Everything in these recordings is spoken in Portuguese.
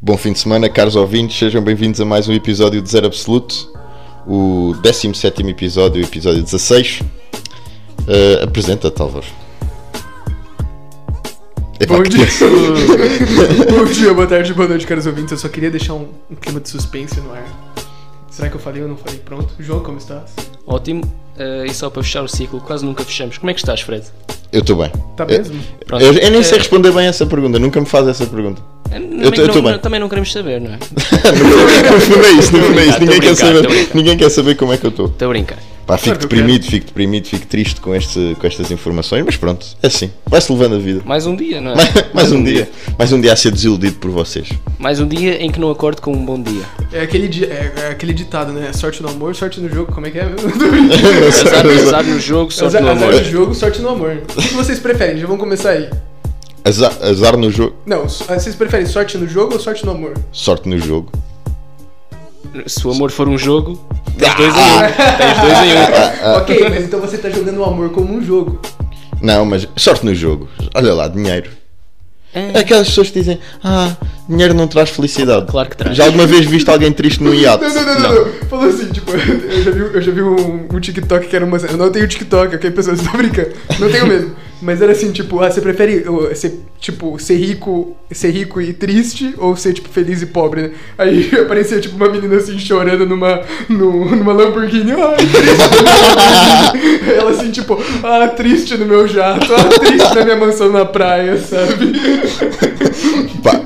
Bom fim de semana, caros ouvintes, sejam bem-vindos a mais um episódio de Zero Absoluto, o 17 episódio, episódio 16. Eh, Apresenta-te, Álvaro. Epá, Bom É que dia. tenso. Tá Bom dia, boa tarde, boa noite, caros ouvintes. Eu só queria deixar um, um clima de suspense no ar. Será que eu falei ou não falei? Pronto. João, como estás? Ótimo. Eh, e só para fechar o ciclo, quase nunca fechamos. Como é que estás, Fred? Eu estou bem. É. Tá Eu- mesmo? É. Pronto. Eu, eu nem sei Eh, responder bem essa pergunta, nunca me faz essa pergunta. eh, também eu tô- eu não- tô bem. não- Também não queremos saber, não é? Estou no fundo é isso, no fundo é isso. Tô Ninguém quer, brincando, tô saber, brincando. ninguém quer saber como é que eu estou. a brincar. Pá, fico Claro que eu deprimido, fico deprimido, fico triste com, este, com estas informações, mas pronto, é assim, vai-se levando a vida. Mais um dia, não é? Mais, um, dia. mais um dia a ser desiludido por vocês. Mais um dia em que não acordo com um bom dia. É aquele, di- é, é aquele ditado, né? Sorte no amor, sorte no jogo. Como é que é? Azar, azar no jogo, sorte Azar, no azar amor. no jogo, sorte no amor. O que vocês preferem? Já vamos começar aí. Azar, azar no jogo, Não, so- vocês preferem sorte no jogo ou sorte no amor? sorte no jogo. Se o amor for um jogo, tens dois em Ah, um. Tens dois em um. Ok, mas então você tá jogando o amor como um jogo. Não, mas sorte no jogo. Olha lá, dinheiro. É aquelas pessoas que dizem: Ah, dinheiro não traz felicidade. Claro que traz. Já alguma vez viste alguém triste no iate? Não, não, não, não, não. Falou assim, tipo, eu já vi, eu já vi um, um TikTok que era uma. Eu não tenho TikTok, ok, pessoas? Tô brincando. Não tenho mesmo. Mas era assim, tipo, ah, você prefere ô, ser, tipo, ser rico, ser rico e triste ou ser, tipo, feliz e pobre, né? Aí aparecia, tipo, uma menina assim chorando numa, no, numa Lamborghini. Ai, triste. Ela assim, tipo, ah, triste no meu jato, ah, triste na minha mansão na praia, sabe? Pá.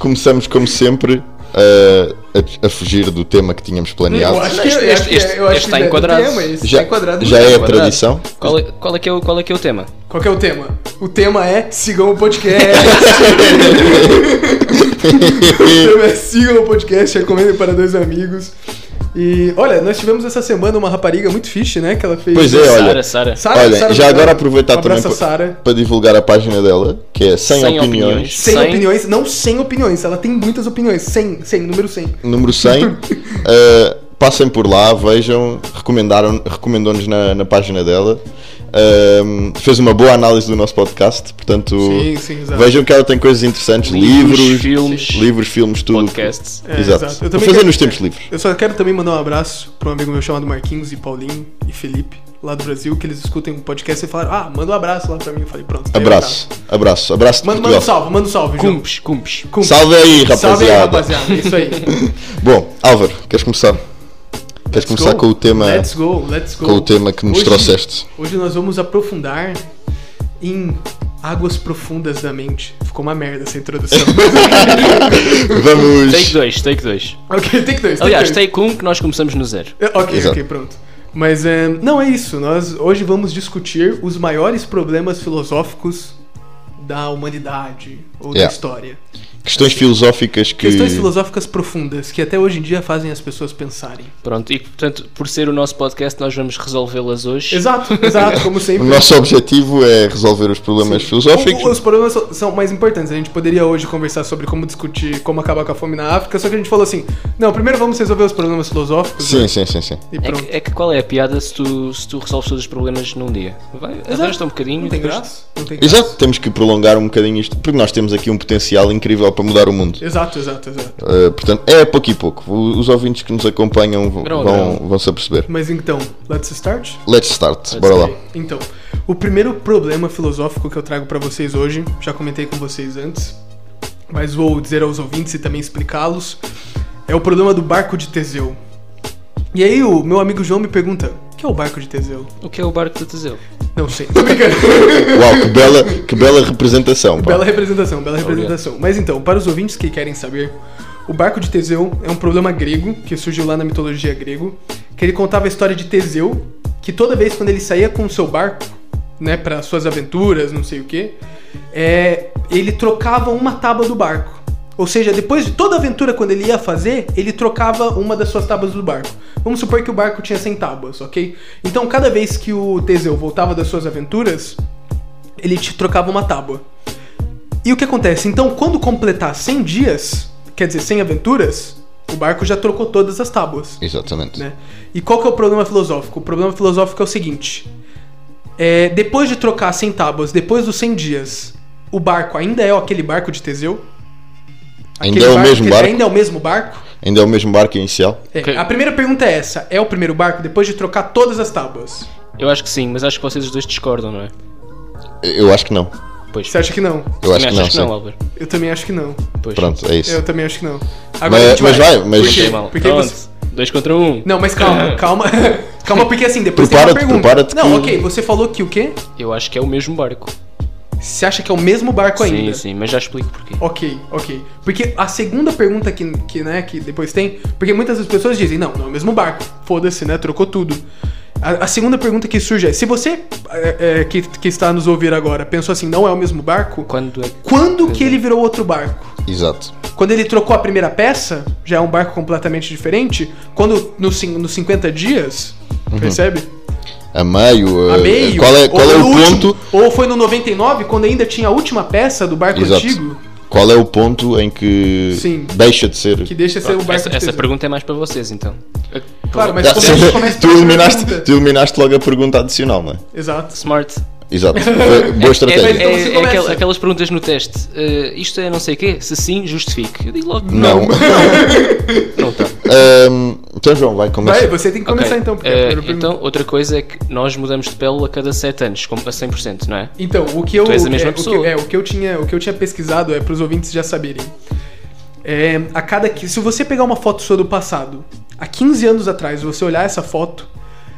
Começamos, como sempre, a, a- a fugir do tema que tínhamos planeado. Eu acho que, é, Este- eu acho que- este- eu acho este que tá já é do enquadrado. tema, esse Já, tá enquadrado. já é a Quadrado. tradição. Qual é, qual é que é o, qual é que é o tema? Qual que é o tema? O tema é sigam o podcast. o tema é sigam o podcast, recomendo para dois amigos. E olha, nós tivemos essa semana uma rapariga muito fixe, né? Que ela fez. Pois é, olha. Sara, Sara. Sara, Olha, Sara já Vidal. agora aproveitar um também abraço pa- a Sara. para divulgar a página dela, que é Sem, Sem opiniões, Opiniões. Sem Cem. opiniões, não sem opiniões, ela tem muitas opiniões. 100, 100, número 100. número 100. Uh, passem por lá, vejam, recomendaram- recomendou-nos na, na página dela. Um, fez uma boa análise do nosso podcast, portanto, Sim, sim, exato. vejam que ela tem coisas interessantes, livros, Livros, filmes, livros, filmes, tudo. Podcasts. É, exato. exato. Eu Vou também fazer quero- nos tempos livres. Eu só quero também mandar um abraço para um amigo meu chamado Marquinhos e Paulinho e Felipe, lá do Brasil, que eles escutem um podcast e falaram: ah, manda um abraço lá pra mim. Eu falei: pronto, tá aí, Abraço, abraço, abraço de Manda, manda um Portugal. salve, manda um salve, João. Cumpes, cumpes. Cumpre. Salve aí, Salve aí, rapaziada. rapaziada. Isso aí. Bom, Álvaro, queres começar? Queres começar go. com o tema Let's go, let's go. com o tema que nos Hoje- trouxeste? Hoje nós vamos aprofundar em águas profundas da mente. Ficou uma merda essa introdução. Vamos. Take 2, take 2. ok, tem que dois. tem Aliás, dois. take 1 um, que nós começamos no zero. É, Ok, Exato. ok, pronto. Mas é, não é isso. Nós hoje vamos discutir os maiores problemas filosóficos da humanidade ou Yeah. da história. Questões filosóficas É. que. Questões filosóficas profundas que até hoje em dia fazem as pessoas pensarem. Pronto, e portanto, por ser o nosso podcast, nós vamos resolvê-las hoje. Exato, exato, como O sempre. nosso objetivo é resolver os problemas Sim. filosóficos. O- Os problemas so- são mais importantes. A gente poderia hoje conversar sobre como discutir como acabar com a fome na África, só que a gente falou assim: não, primeiro vamos resolver os problemas filosóficos né? Sim, sim, sim, sim. e É pronto. que, é que qual é a piada se tu, se tu resolves todos os problemas num dia? Vai, arrasta um bocadinho. Não tem depois- graça? Não tem graça. Exato, temos que prolongar um bocadinho isto, porque nós temos aqui um potencial incrível para mudar o mundo. Exato, exato, exato. Uh, portanto, é pouco e pouco. O- Os ouvintes que nos acompanham v- Grão a vão, grão. vão se aperceber. Mas então, let's start? Let's start, bora lá. Então, o primeiro problema filosófico que eu trago pra vocês hoje, já comentei com vocês antes, mas vou dizer aos ouvintes e também explicá-los, é o problema do barco de Teseu. E aí o meu amigo João me pergunta: o que é o barco de Teseu? O que é o barco de Teseu? Não sei. Tô brincando. Uau, que bela, que bela representação. pá. Bela representação, bela representação. Mas então, para os ouvintes que querem saber, o barco de Teseu é um problema grego que surgiu lá na mitologia grego, que ele contava a história de Teseu, que toda vez quando ele saía com o seu barco, né, para suas aventuras, não sei o quê, é, ele trocava uma tábua do barco. Ou seja, depois de toda aventura quando ele ia fazer, ele trocava uma das suas tábuas do barco. Vamos supor que o barco tinha 100 tábuas, ok? Então, cada vez que o Teseu voltava das suas aventuras, ele te trocava uma tábua. E o que acontece? Então, quando completar 100 dias, quer dizer, 100 aventuras, o barco já trocou todas as tábuas. Exatamente. Né? E qual que é o problema filosófico? O problema filosófico é o seguinte: é, depois de trocar 100 tábuas, depois dos 100 dias, o barco ainda é aquele barco de Teseu? Ainda Aquele é o barco mesmo que barco? Ainda é o mesmo barco? Ainda é o mesmo barco inicial? É, Ok. A primeira pergunta é essa: é o primeiro barco depois de trocar todas as tábuas? Eu acho que sim, mas acho que vocês os dois discordam, não é? Eu acho que não. Pois. Você acha que não? Eu acho Também que não, achas sim. Álvaro? Eu também acho que não. Pois. Pronto, é isso. Eu também acho que não. Mas- a gente mas vai, mas- Por Achei quê? mal. Porque Pronto. você- Dois contra um. Não, mas calma, calma. calma, porque assim, depois tem Prepara-te, uma pergunta. prepara-te não, que- ok, você falou que o quê? Eu acho que é o mesmo barco. Você acha que é o mesmo barco ainda? Sim, sim, mas já explico porquê. Ok, ok. Porque a segunda pergunta que, que, né, que depois tem, porque muitas das pessoas dizem, não, não é o mesmo barco, foda-se, né, trocou tudo. A, a segunda pergunta que surge é, se você é, é, que, que está nos ouvir agora pensou assim, não é o mesmo barco, Quando é que. quando que ele virou outro barco? Exato. Quando ele trocou a primeira peça, já é um barco completamente diferente. Quando nos cin- nos 50 dias, percebe? A meio, A eh, meio. qual Uhum. é, qual ou é no o último- ponto? Ou foi no 99, quando ainda tinha a última peça do barco Exato. antigo, Qual é o ponto em que É Sim. deixa de ser? que deixa ser o barco Essa, de essa tesouro. pergunta é mais para vocês, então. Claro, mas Ah, começa- sim. começa tu, pela eliminaste, pergunta. tu eliminaste logo a pergunta adicional, não é? Exato. Smart. Exato. Foi boa É, estratégia. então você é- é começa. aquel- aquelas perguntas no teste. eh, isto é não sei o quê? Se sim, justifique. Eu digo logo. que Não. Não tá. Ahm, então, João, vai começar. Vai, você tem que começar Ok. então, porque é a Eh, primeira pergunta. então, outra coisa é que nós mudamos de pele a cada 7 anos, como a 100%, não é? Então, o que eu Tu és a mesma é, o que- pessoa. é, o que eu tinha, o que eu tinha pesquisado é para os ouvintes já saberem. É, a cada que se você pegar uma foto sua do passado, há 15 anos atrás, você olhar essa foto,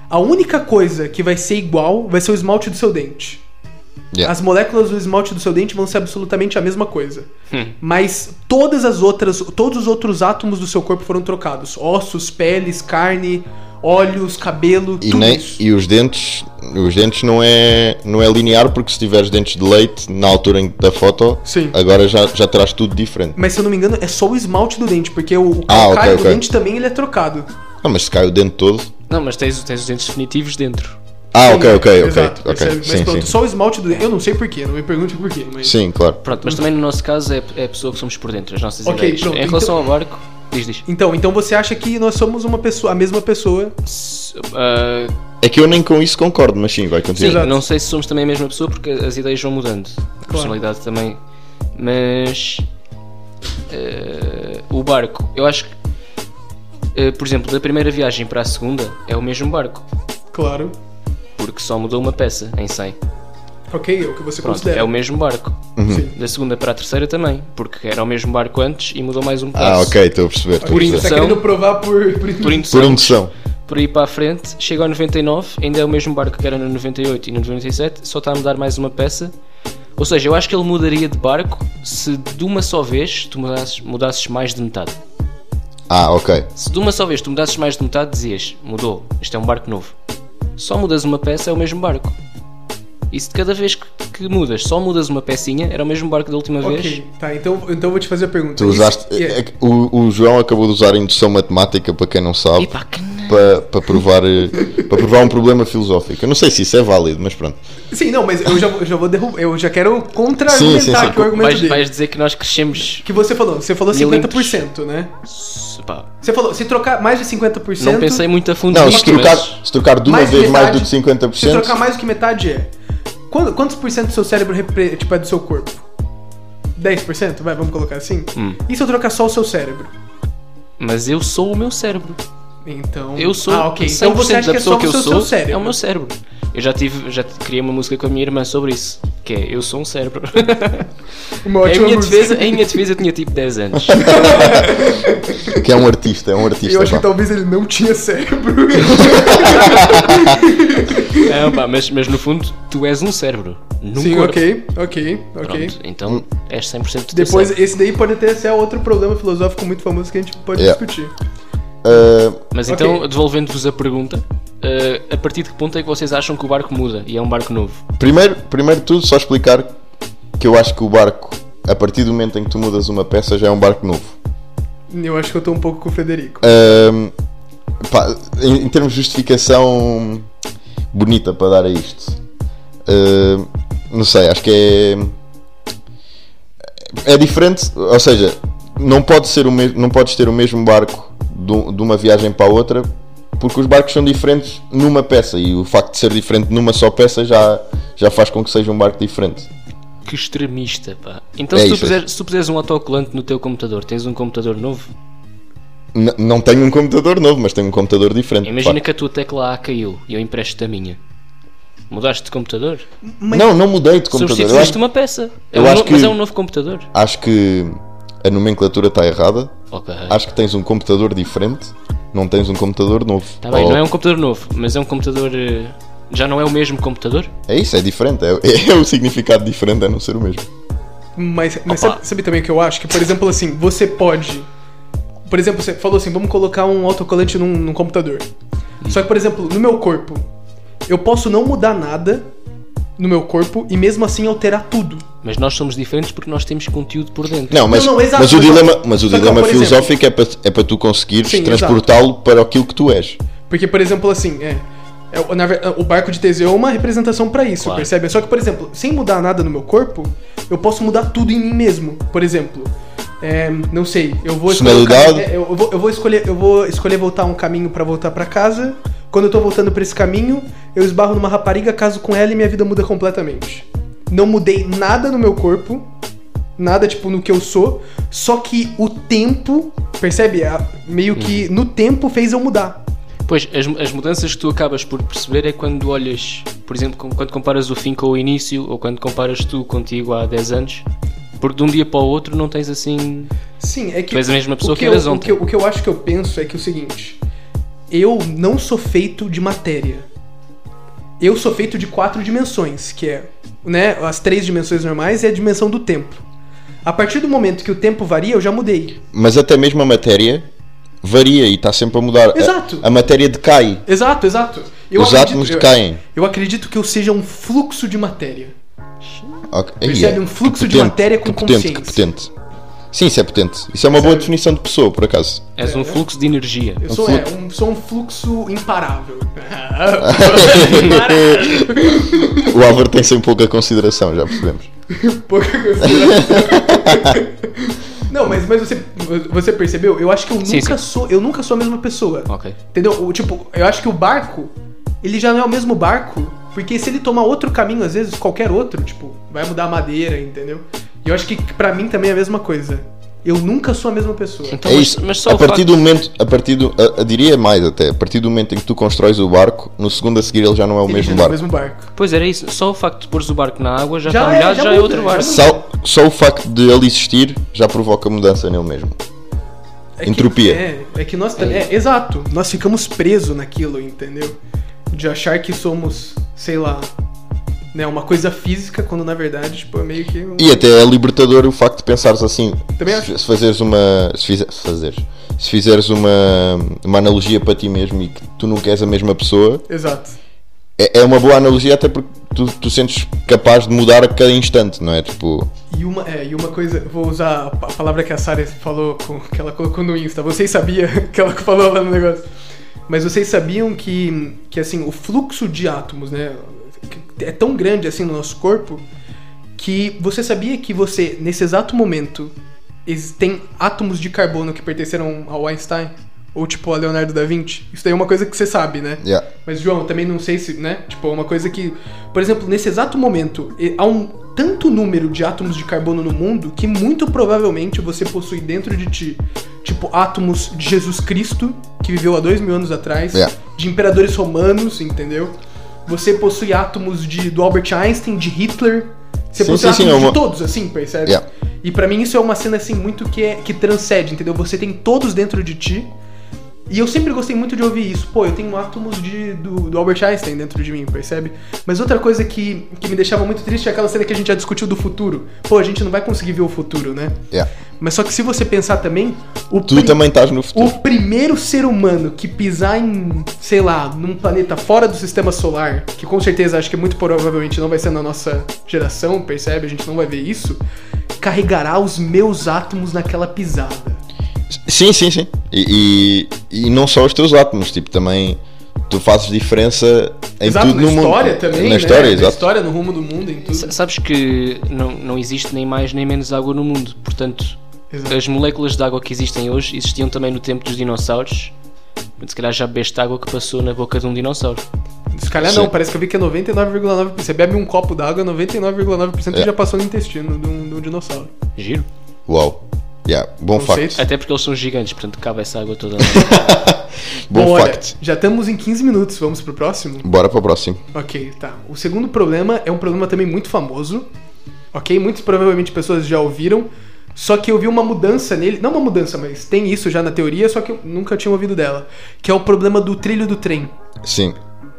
a única coisa que vai ser igual vai ser o esmalte do seu dente. Yeah. Ah, As moléculas do esmalte do seu dente vão ser absolutamente a mesma coisa. Hum. Mas todas as outras, todos os outros átomos do seu corpo foram trocados: ossos, peles, carne, olhos, cabelo, E, tudo nem, isso. e os dentes, os dentes não é, não é linear porque se tiveres dentes de leite na altura em- da foto, Sim. agora já, já terás tudo diferente. Mas se eu não me engano, é só o esmalte do dente, porque o, o Ah, ok, calcário ok. do dente também ele é trocado. Ah, mas se cai o dente todo. Não, mas tens, tens os dentes definitivos dentro. Ah, ok, ok, ok. Exato, ok. percebe? Mas Sim, pronto, sim. só o esmalte do dente. Eu não sei porquê, não me pergunte porquê, mas. sim, claro. Pronto, mas também no nosso caso é, é a pessoa que somos por dentro, as nossas Uhum. Ok, ideias. pronto, em relação ao barco, diz, diz. Então, então você acha que nós somos uma pessoa, a mesma pessoa? S- ah, É que eu nem com isso concordo, mas sim, vai sim, continuar. Exato. não sei se somos também a mesma pessoa porque as ideias vão mudando. A personalidade também. Mas. ah, o barco, eu acho que. ah, por exemplo, da primeira viagem para a segunda é o mesmo barco, Claro. porque só mudou uma peça em 100. Ok, é o que você Pronto, considera. é o mesmo barco. Hum. Sim. Da segunda para a terceira também, porque era o mesmo barco antes e mudou mais um Ah, pedaço. ok, estou a perceber. Estou a Por isso, perceber. tá querendo provar por. por... Por Por indução, indução. por aí para a frente, chega ao 99, ainda é o mesmo barco que era no 98 e no 97, só está a mudar mais uma peça. Ou seja, eu acho que ele mudaria de barco se de uma só vez tu mudasses, mudasses mais de metade. Ah, ok. Se de uma só vez tu mudasses mais de metade, dizias: mudou, isto é um barco novo. Só mudas uma peça, é o mesmo barco. E se de cada vez que, que mudas, só mudas uma pecinha, era o mesmo barco da última vez. Ok, tá, então, então eu vou te fazer a pergunta. Tu Isso- usaste. é- é que o, o João acabou de usar a indução matemática, para quem não sabe, E pá, que n- para, para, provar, eh, para provar um problema filosófico. Eu não sei se isso é válido, mas pronto. Sim, não, mas eu já, eu já vou derrubar. Eu já quero Sim, sim, contra-argumentar sim. aqui o argumento vais, dele. vais dizer que nós crescemos. Que você falou, você falou Milímetros. 50%, né? Pá, Você falou, se trocar mais de 50%. não pensei muito a fundo Não, nisto, se trocar, mas- se trocar de uma Mais vez mais metade. do que 50%. Se trocar mais do que metade é. Quando- quantos por cento do seu cérebro repre- tipo, é do seu corpo? 10%? Vai, vamos colocar assim? Hum. E se eu trocar só o seu cérebro? mas eu sou o meu cérebro. Então. Eu sou Ah, ok. 100% Então você acha da que é pessoa só que o eu seu, sou, seu cérebro? é o meu cérebro. Eu já tive, já criei uma música com a minha irmã sobre isso, que é Eu sou um cérebro. Uma em, ótima é minha música. defesa, em minha defesa eu tinha tipo 10 anos. Que é um artista, é um artista. Eu acho pá. tá que talvez ele não tinha cérebro. Não, É, pá, mas, mas no fundo tu és um cérebro. Num Sim, corpo. ok, ok, ok. Pronto, então és 100% do Depois, cérebro. esse daí pode até ser outro problema filosófico muito famoso que a gente É. pode Yeah. discutir. Ah, Mas Ok. então, devolvendo-vos a pergunta, eh, a partir de que ponto é que vocês acham que o barco muda e é um barco novo? primeiro, primeiro de tudo, só explicar que eu acho que o barco, a partir do momento em que tu mudas uma peça, já é um barco novo. Eu acho que eu tô um pouco com o Frederico. Ahm, pá, em, em termos de justificação bonita para dar a isto, ahm, não sei, acho que é. É diferente, ou seja, não, pode ser o mes- não podes ter o mesmo barco do- de uma viagem para a outra porque os barcos são diferentes numa peça e o facto de ser diferente numa só peça já, já faz com que seja um barco diferente. que extremista, pá. Então É se, tu isso, é puser, se tu puseres um autocolante no teu computador, tens um computador novo? N- não tenho um computador novo, mas tenho um computador diferente. Imagina pá. que a tua tecla A caiu e eu empresto-te a minha. Mudaste de computador? Não, não mudei de computador. Eu acho, Substituíste uma peça. É eu um acho no- que- Mas é um novo computador. acho que a nomenclatura está errada. Ok. Acho que tens um computador diferente, não tens um computador novo. Tá bem, Ou- não é um computador novo, mas é um computador. eh, Já não é o mesmo computador? É isso, é diferente. É, é o significado diferente a não ser o mesmo. Mas, mas Opa. sabe, sabe também o que eu acho? Que, por exemplo, assim, você pode. Por exemplo, você falou assim: vamos colocar um autocolante num, num computador. Só que, por exemplo, no meu corpo, eu posso não mudar nada no meu corpo e mesmo assim alterar tudo. Mas nós somos diferentes porque nós temos conteúdo por dentro. Não, mas, Não, não, exato, mas o exato. dilema, mas o Só que, dilema por exemplo- filosófico é para é para tu conseguires Sim, exato. transportá-lo para aquilo que tu és. Porque, por exemplo, assim, é. é o- na ver- o barco de Teseu é uma representação pra isso, Claro. percebe? Só que, por exemplo, sem mudar nada no meu corpo, eu posso mudar tudo em mim mesmo. Por exemplo, é, não sei, eu vou escolher. um Personalidade. caminho- é, eu, vou, eu vou escolher, eu vou escolher voltar um caminho pra voltar pra casa. Quando eu tô voltando pra esse caminho, eu esbarro numa rapariga, caso com ela e minha vida muda completamente. Não mudei nada no meu corpo, nada tipo no que eu sou, só que o tempo, percebe? A- Meio que no tempo fez eu mudar. Pois, as, as mudanças que tu acabas por perceber é quando olhas, por exemplo, com- quando comparas o fim com o início ou quando comparas tu contigo há 10 anos, porque de um dia para o outro não tens assim. Sim, é que. Tu és a mesma pessoa o que eras eu, ontem. O que, eu- o que eu acho que eu penso é que o seguinte: eu não sou feito de matéria. Eu sou feito de quatro dimensões, que é né, as três dimensões normais e a dimensão do tempo. A partir do momento que o tempo varia, eu já mudei. Mas até mesmo a matéria varia e está sempre a mudar. A- Exato. A, matéria decai. Exato, exato. Eu Os acredito- átomos eu- decaem. Eu acredito que eu seja um fluxo de matéria. Ok, aí Percebe? é. Um Que fluxo de potente, matéria com que potente, que consciência. potente. Sim, isso é potente. Isso é uma boa definição de pessoa, por acaso. És É. um fluxo de energia. Eu sou, flu- é, um, sou um fluxo imparável. O Álvaro tem sempre pouca consideração, já percebemos. Pouca consideração. Não, mas, mas você, você percebeu? Eu acho que eu nunca Sim, sou. Eu nunca sou a mesma pessoa. Ok. Entendeu? O, tipo, eu acho que o barco, ele já não é o mesmo barco. Porque se ele tomar outro caminho, às vezes, qualquer outro, tipo, vai mudar a madeira, entendeu? E eu acho que pra mim também é a mesma coisa. Eu nunca sou a mesma pessoa. Então, é mas- isso. mas só a o partir facto- do momento, a partir do, a- a- diria mais até, a partir do momento em que tu constróis o barco, no segundo a seguir ele já não é o Ele já mesmo não barco. é o mesmo barco. Pois era isso, só o facto de pôres o barco na água já, Já está é, molhado, já já, é muda, outro já barco. muda. Só, só o facto de ele existir já provoca mudança nele mesmo. É que- Entropia. é, é que nós. É, exato. Nós ficamos presos naquilo, entendeu? De achar que somos, sei lá, né, uma coisa física, quando na verdade, tipo, é meio que. um- E até é libertador o facto de pensares assim. Também se- acho. Se fazeres uma. Se fizer, se fazeres. Se fizeres uma, uma analogia para ti mesmo e que tu nunca és a mesma pessoa, Exato. é, é uma boa analogia até porque tu, tu sentes capaz de mudar a cada instante, não é? Tipo. E uma, é, e uma coisa, vou usar a pa- a palavra que a Sara falou, com- que ela colocou no Insta. Vocês sabiam que ela falou lá no negócio. Mas vocês sabiam que, que assim, o fluxo de átomos, né? que É tão grande assim no nosso corpo que você sabia que você, nesse exato momento, ex- tem átomos de carbono que pertenceram ao Einstein? Ou tipo a Leonardo da Vinci? Isso daí é uma coisa que você sabe, né? Yeah. Mas, João, eu também não sei se, né? Tipo, é uma coisa que. Por exemplo, nesse exato momento, e- há um tanto número de átomos de carbono no mundo que muito provavelmente você possui dentro de ti, tipo, átomos de Jesus Cristo, que viveu há dois mil anos atrás, Yeah. de imperadores romanos, entendeu? Você possui átomos de, do Albert Einstein, de Hitler. Você Sim, possui sim, sim, átomos é uma- de todos, assim, percebe? Yeah. E pra mim isso é uma cena assim muito que, é, que transcende, entendeu? Você tem todos dentro de ti. E eu sempre gostei muito de ouvir isso. Pô, eu tenho átomos de, do, do Albert Einstein dentro de mim, percebe? Mas outra coisa que, que me deixava muito triste é aquela cena que a gente já discutiu do futuro. Pô, a gente não vai conseguir ver o futuro, né? Yeah. Mas só que se você pensar também, o, Tu pri- também estás no o futuro. primeiro ser humano que pisar em, sei lá, num planeta fora do sistema solar, que com certeza acho que muito provavelmente não vai ser na nossa geração, percebe? A gente não vai ver isso, carregará os meus átomos naquela pisada. Sim, sim, sim. E, e, e não só os teus átomos, tipo, também tu fazes diferença em exato, tudo na no mundo. história também, Na né? história, na exato. história, no rumo do mundo, em tudo. Sa- Sabes que não, não existe nem mais nem menos água no mundo, portanto, Exato. as moléculas de água que existem hoje existiam também no tempo dos dinossauros. Portanto, Se calhar já bebeste água que passou na boca de um dinossauro. Se calhar não, Sim. parece que eu vi que é 99,9%. Você bebe um copo d'água, 99,9% É. já passou no intestino de um, de um dinossauro. Giro. Uau. Yeah, bom Conceito. fact. Até porque eles são gigantes, portanto cabe essa água toda lá. Bom olha, fact. já estamos em 15 minutos, vamos pro próximo? Bora para o próximo. Ok, tá. O segundo problema é um problema também muito famoso, ok? Muitas provavelmente pessoas já ouviram, só que eu vi uma mudança nele, não uma mudança, mas tem isso já na teoria, só que eu nunca tinha ouvido dela, que é o problema do trilho do trem. Sim.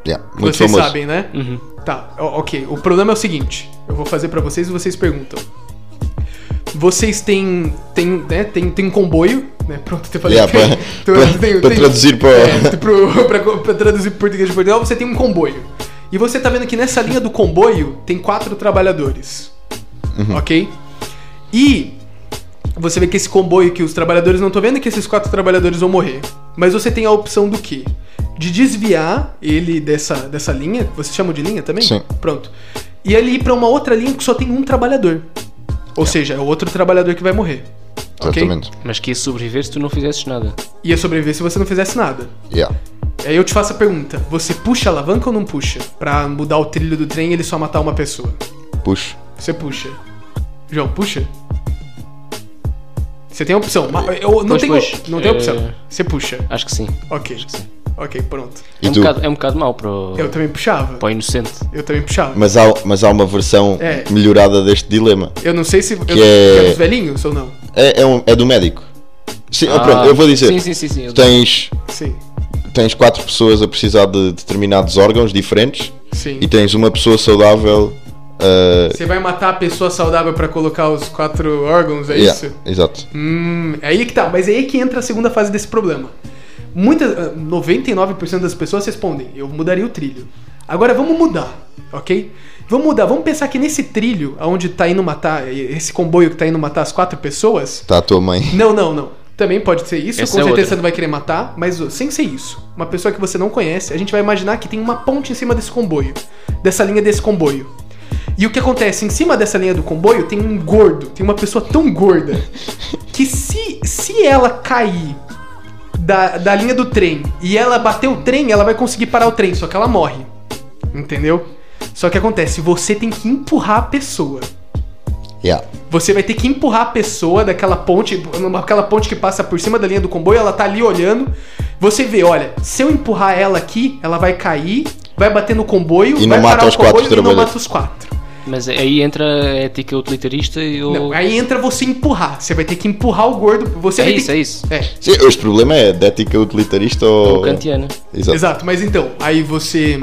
Yeah, que muito vocês famoso. sabem, né? Uhum. Tá, o- ok. O problema é o seguinte, eu vou fazer pra vocês e vocês perguntam. Vocês têm, têm, né, tem, tem um comboio, né? Pronto, eu falei. Então, Yeah, tem- pra- tem- pra- tem- pra tem- traduzir pra- É, pro- pra, pra traduzir pro português de Portugal, você tem um comboio. E você tá vendo que nessa linha do comboio tem quatro trabalhadores. Uhum. Ok? E você vê que esse comboio que os trabalhadores não estão vendo que esses quatro trabalhadores vão morrer. Mas você tem a opção do quê? De desviar ele dessa, dessa linha, você chama de linha também? Sim. Pronto. E ele ir pra uma outra linha que só tem um trabalhador. Ou seja, é o outro trabalhador que vai morrer. Ok? Exatamente. Mas que ia sobreviver se tu não fizesses nada. Ia é sobreviver se você não fizesse nada. Yeah. Aí eu te faço a pergunta: você puxa a alavanca ou não puxa? Pra mudar o trilho do trem e ele só matar uma pessoa. Puxo. Você puxa. João, puxa. Você tem a opção. Ma- eu- não Pois, tem, pois. não tem É. opção. Você puxa. Acho que sim. Ok. Ok, pronto. E é, um tu? bocado, é um bocado mau para o, Eu também puxava. para o inocente. Eu também puxava. Mas há, mas há uma versão É. melhorada deste dilema. Eu não sei se. Eu, Que é- é dos velhinhos ou não? É, é, um- é do médico. Sim, Ah, pronto, eu vou dizer. Sim, sim, sim. sim eu- Tens, Sim. tens quatro pessoas a precisar de determinados órgãos diferentes Sim. e tens uma pessoa saudável. ah, Você vai matar a pessoa saudável pra colocar os quatro órgãos, é yeah, isso? Exato. Hum, é aí que tá, mas é aí que entra a segunda fase desse problema. Muitas, ah, 99% das pessoas respondem, eu mudaria o trilho. Agora vamos mudar, ok? Vamos mudar, vamos pensar que nesse trilho, aonde tá indo matar, esse comboio que tá indo matar as quatro pessoas, Está a tua mãe. não, não, não. Também pode ser isso, Essa com é certeza outra. você não vai querer matar, mas ó, sem ser isso. Uma pessoa que você não conhece, a gente vai imaginar que tem uma ponte em cima desse comboio. Dessa linha desse comboio. E o que acontece? Em cima dessa linha do comboio tem um gordo, tem uma pessoa tão gorda que se, se ela cair da, da linha do trem e ela bater o trem, ela vai conseguir parar o trem, só que ela morre. Entendeu? Só que acontece, você tem que empurrar a pessoa. Yeah. Você vai ter que empurrar a pessoa daquela ponte, numa- aquela ponte que passa por cima da linha do comboio, ela tá ali olhando. Você vê, olha, se eu empurrar ela aqui, ela vai cair, vai bater no comboio, E não vai mata parar os o comboio quatro e não trabalhadores. mata os quatro. Mas aí entra a ética utilitarista e o. Não, é, aí entra você empurrar. Você vai ter que empurrar o gordo. Você é vai isso, ter é que... isso. é. Sim, este problema é de ética utilitarista Ou ou. kantiana. Exato. Exato, mas então, aí você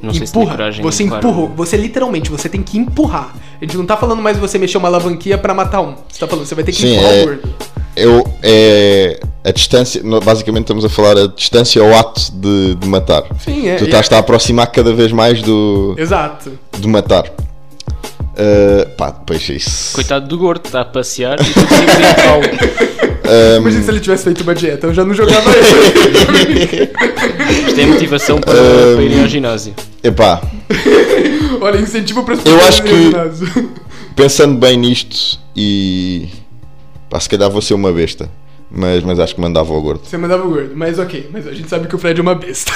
Não sei se tem empurra, coragem. você claro. empurra, você literalmente, você tem que empurrar. A gente não tá falando mais você mexer uma alavanquia pra matar um. Você tá falando, você vai ter que Sim, empurrar é- o gordo. Eu, é a distância, no- basicamente estamos a falar a distância ao ato de, de matar. Sim, é. tu tá é- estás a aproximar cada vez mais do, Exato. de matar. Ah, pá, depois isso. Coitado do gordo, está a passear e tu tens que pau. Ehm, Imagina Hum. se ele tivesse feito uma dieta, eu já não jogava ele. Isto é motivação para, para irem ao ginásio. é- Epá, Olha, incentivo para as Eu acho irem que- ao ginásio. pensando bem nisto e. Pá, se calhar vou ser uma besta, mas, mas acho que mandava ao gordo. Você mandava o gordo, mas ok, mas a gente sabe que o Fred é uma besta.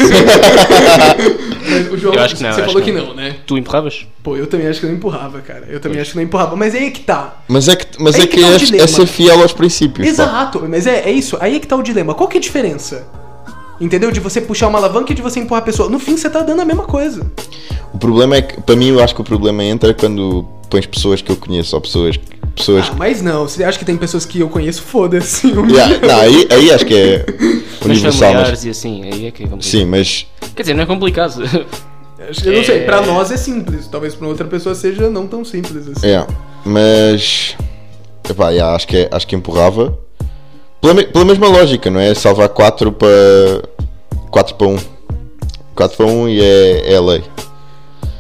mas o João, Eu acho que não, você eu acho falou que que não. não. né? Tu empurravas? Pô, eu também acho que não empurrava, cara. Eu também acho que não empurrava, mas é aí que tá. Mas é que, mas Aí é, que que tá o é, dilema. é ser fiel aos princípios. pá. Exato, mas é, é isso, aí é que tá o dilema. Qual que é a diferença? Entendeu? De você puxar uma alavanca e de você empurrar a pessoa. No fim, você tá dando a mesma coisa. O problema é que, para mim, eu acho que o problema entra quando pões pessoas que eu conheço ou pessoas, pessoas Ah, mas não, você acha que tem pessoas que eu conheço? Foda-se. um Yeah, não, aí, aí acho que é Mas universal. Mas, familiares e assim, aí é que é complicado. sim, mas Quer dizer, não é complicado. Eu não sei, É. pra nós é simples. Talvez pra outra pessoa seja não tão simples assim. é. Mas epá, yeah, acho, que, é- acho que empurrava. Pela, me- pela mesma lógica, não é? Salvar 4 para 4 para 1. 4 para 1 e é, é a lei.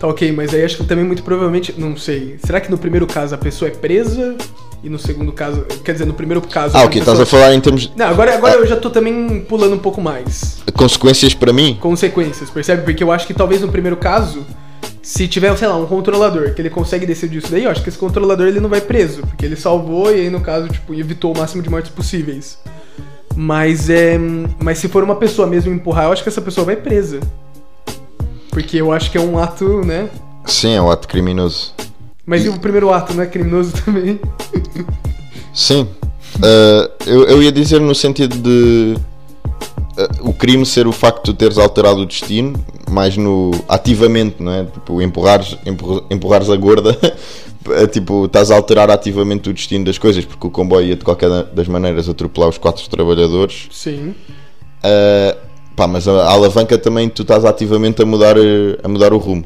Tá ok, mas aí acho que também muito provavelmente, não sei. Será que no primeiro caso a pessoa é presa e no segundo caso, quer dizer, no primeiro caso Ah, a ok, pessoa- estás a falar em termos de Não, agora agora eu já tô também pulando um pouco mais. consequências para mim. Consequências, percebe? Porque eu acho que talvez no primeiro caso se tiver, sei lá, um controlador que ele consegue decidir isso daí, eu acho que esse controlador ele não vai preso, porque ele salvou e aí no caso, tipo, evitou o máximo de mortes possíveis. Mas é, mas se for uma pessoa mesmo empurrar, eu acho que essa pessoa vai presa. Porque eu acho que é um ato, né? Sim, é um ato criminoso. Mas e o primeiro ato não é criminoso também? Sim. Ah, eu, eu ia dizer no sentido de ah, o crime ser o facto de teres alterado o destino, mais no ativamente, não é? Tipo, empurrares, empurra- empurrares a gorda, é, tipo, estás a alterar ativamente o destino das coisas, porque o comboio ia de qualquer da- das maneiras atropelar os quatro trabalhadores. Sim. Ah, pá, mas a, a alavanca também tu estás ativamente a mudar, eh, a mudar o rumo.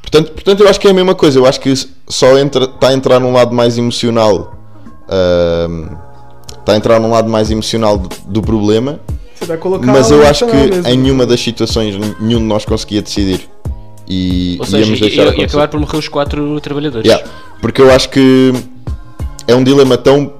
Portanto, portanto, eu acho que é a mesma coisa. Eu acho que só entra, está a entrar num lado mais emocional. ahm, está a entrar num lado mais emocional do, do problema. Você vai colocar. Mas o eu acho que racional mesmo. em um- nenhuma das situações nenhum de nós conseguia decidir. E Ou seja, íamos e, deixar e- e acontecer. acabar por morrer os quatro trabalhadores. Yeah, Porque eu acho que é um dilema tão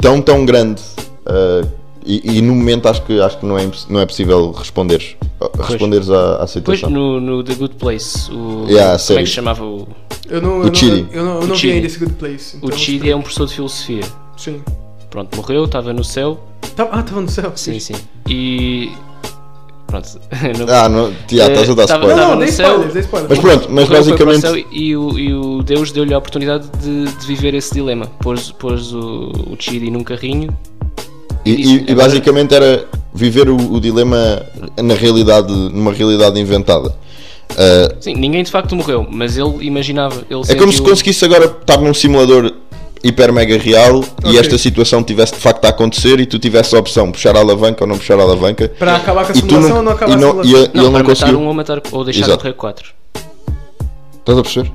tão tão grande uh, e, e no momento acho que acho que não é imposs- não é possível responder responderes à, à Depois situação. no, no The Good Place, o, Yeah, como é sério. que se chamava o. Eu não, o eu não, Chidi. eu não, eu não O vi Chidi. ainda esse Good Place. O então- tipo, Chidi é um professor de filosofia. Sim. Pronto, morreu, estava no céu. Tá- ah, tava no céu. Sim, sim. E. Pronto. não- Ah, não, yeah, estás a dar Eh, tava- spoiler. Não, não, no dei céu. spoilers, dei spoilers. Mas pronto, mas Morreu, foi para o basicamente céu E o, e o Deus deu-lhe a oportunidade de, de viver esse dilema. Pôs, pôs o, o Chidi num carrinho. e, isso, e- e é basicamente era viver o, o dilema na realidade numa realidade inventada. Uh, Sim, ninguém de facto morreu, mas ele imaginava. Ele é como se sentiu- conseguisse agora estar num simulador hiper mega real Ok. e esta situação tivesse de facto a acontecer e tu tivesse a opção puxar a alavanca ou não puxar a alavanca. Pra acabar com a E tu simulação não, ou não acabar e com a não, e simulação? ele Não, não, para matar conseguiu. um ou matar ou deixar Exato. morrer quatro. Estás a perceber?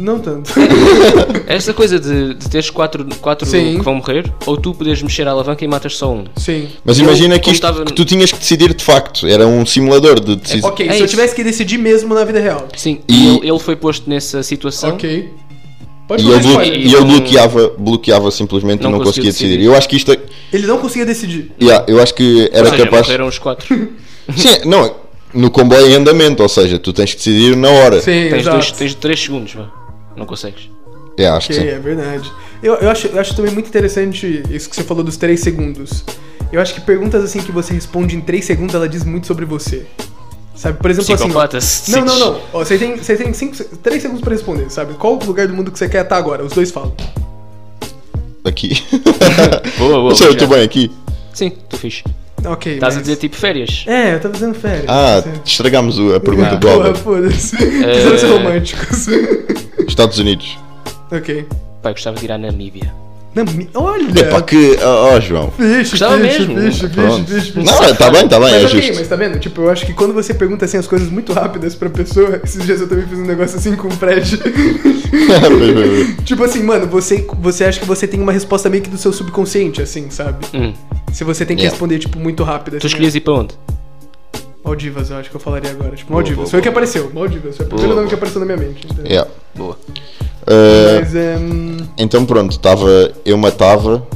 Não tanto. É Esta coisa de, de teres quatro, quatro Sim. que vão morrer, ou tu podes mexer a alavanca e matas só um. Sim. Mas Eu, imagina que como isto tava- que tu tinhas que decidir de facto. Era um simulador de decisão. Ok, É se eu isso. tivesse que decidir mesmo na vida real. Sim, E- e ele, ele foi posto nessa situação. Ok. Pode E fazer ele, blo- spoiler. e ele bloqueava, bloqueava simplesmente Não e não conseguia conseguiu decidir. decidir. Eu acho que isto. é- Ele não conseguia decidir. yeah, eu acho que Ou era seja, capaz. morreram os quatro. Sim, não, no comboio em andamento, ou seja, tu tens que decidir na hora. Sim, tens, exato. dois, tens três segundos, vá. Não consegues. Yeah, acho Ok, que sim. é verdade. Eu, eu, acho, eu acho também muito interessante isso que você falou dos 3 segundos. Eu acho que perguntas assim que você responde em 3 segundos, ela diz muito sobre você. Sabe, por exemplo, assim. ó, Psicopata, se Não, não, sentes. não. Ó, Você tem, você tem cinco, se- três segundos pra responder, sabe? Qual o lugar do mundo que você quer estar agora? Os dois falam. Aqui. Boa, boa. Não sei, eu já. estou bem aqui. Sim, tu fixe. Ok. Tá, Estás a mas- dizer tipo férias. É, eu tava fazendo férias. Ah, Você- estragámos o- a pergunta do Porra, Álvaro. foda-se. É. Quiseram ser românticos. Estados Unidos. ok. Pai, gostava de ir à Namíbia. Não, me- olha! Epá, que. Ó, ó, João. Vixe, Gostava vixe, mesmo. vixe, vixe, Pronto. vixe, vixe. Não, tá bem, tá bem, Mas é ok, justo. mas tá vendo? Tipo, eu acho que quando você pergunta assim as coisas muito rápidas pra pessoa, esses dias eu também fiz um negócio assim com o Fred. tipo assim, mano, você, você acha que você tem uma resposta meio que do seu subconsciente, assim, sabe? Hum. Se você tem que Yeah. responder, tipo, muito rápido. assim, Tu né? escolhias ir para onde? Maldivas, eu acho que eu falaria agora. Tipo, Boa, Maldivas. boa, Foi o que boa. apareceu, Maldivas. Foi o primeiro Boa, nome boa. que apareceu na minha mente. entendeu? Yeah. Boa. Uh, Mas, ehm, Então pronto, tava, eu matava,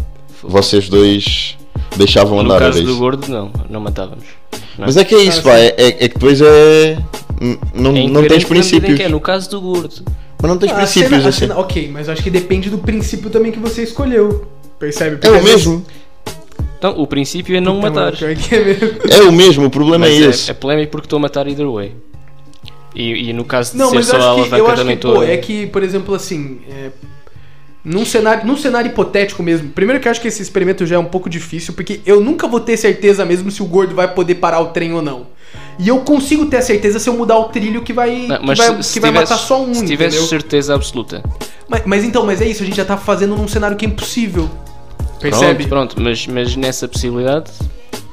vocês dois deixavam No andar, era caso do isso. gordo, né? não. Não matávamos. Não Mas é que é Ah, isso, pá, é, é- é que depois é. n- Não, não É tens incoerente na medida em princípios. que é, no caso do gordo. Mas não tens Ah, a princípios cena- a assim. cena- ok, mas eu acho que depende do princípio também que você escolheu. Percebe? É o mesmo, Não, o princípio é não matar. Pior que é mesmo. é o mesmo, o problema é, Mas esse. é, é polémico porque estou a matar either way. E, e no caso de Não, ser mas eu só a acho que, eu alavanca acho que também pô, estou. é que, por exemplo, assim, é, num, cenário, num cenário hipotético mesmo, primeiro que eu acho que esse experimento já é um pouco difícil, porque eu nunca vou ter certeza mesmo se o gordo vai poder parar o trem ou não. E eu consigo ter a certeza se eu mudar o trilho que vai, Não, que mas vai, se, se que vai tivesse, matar só um, se tivesse entendeu? certeza absoluta. Mas, mas então, mas é isso, a gente já tá fazendo num cenário que é impossível. Percebe? Pronto, pronto mas, mas nessa possibilidade.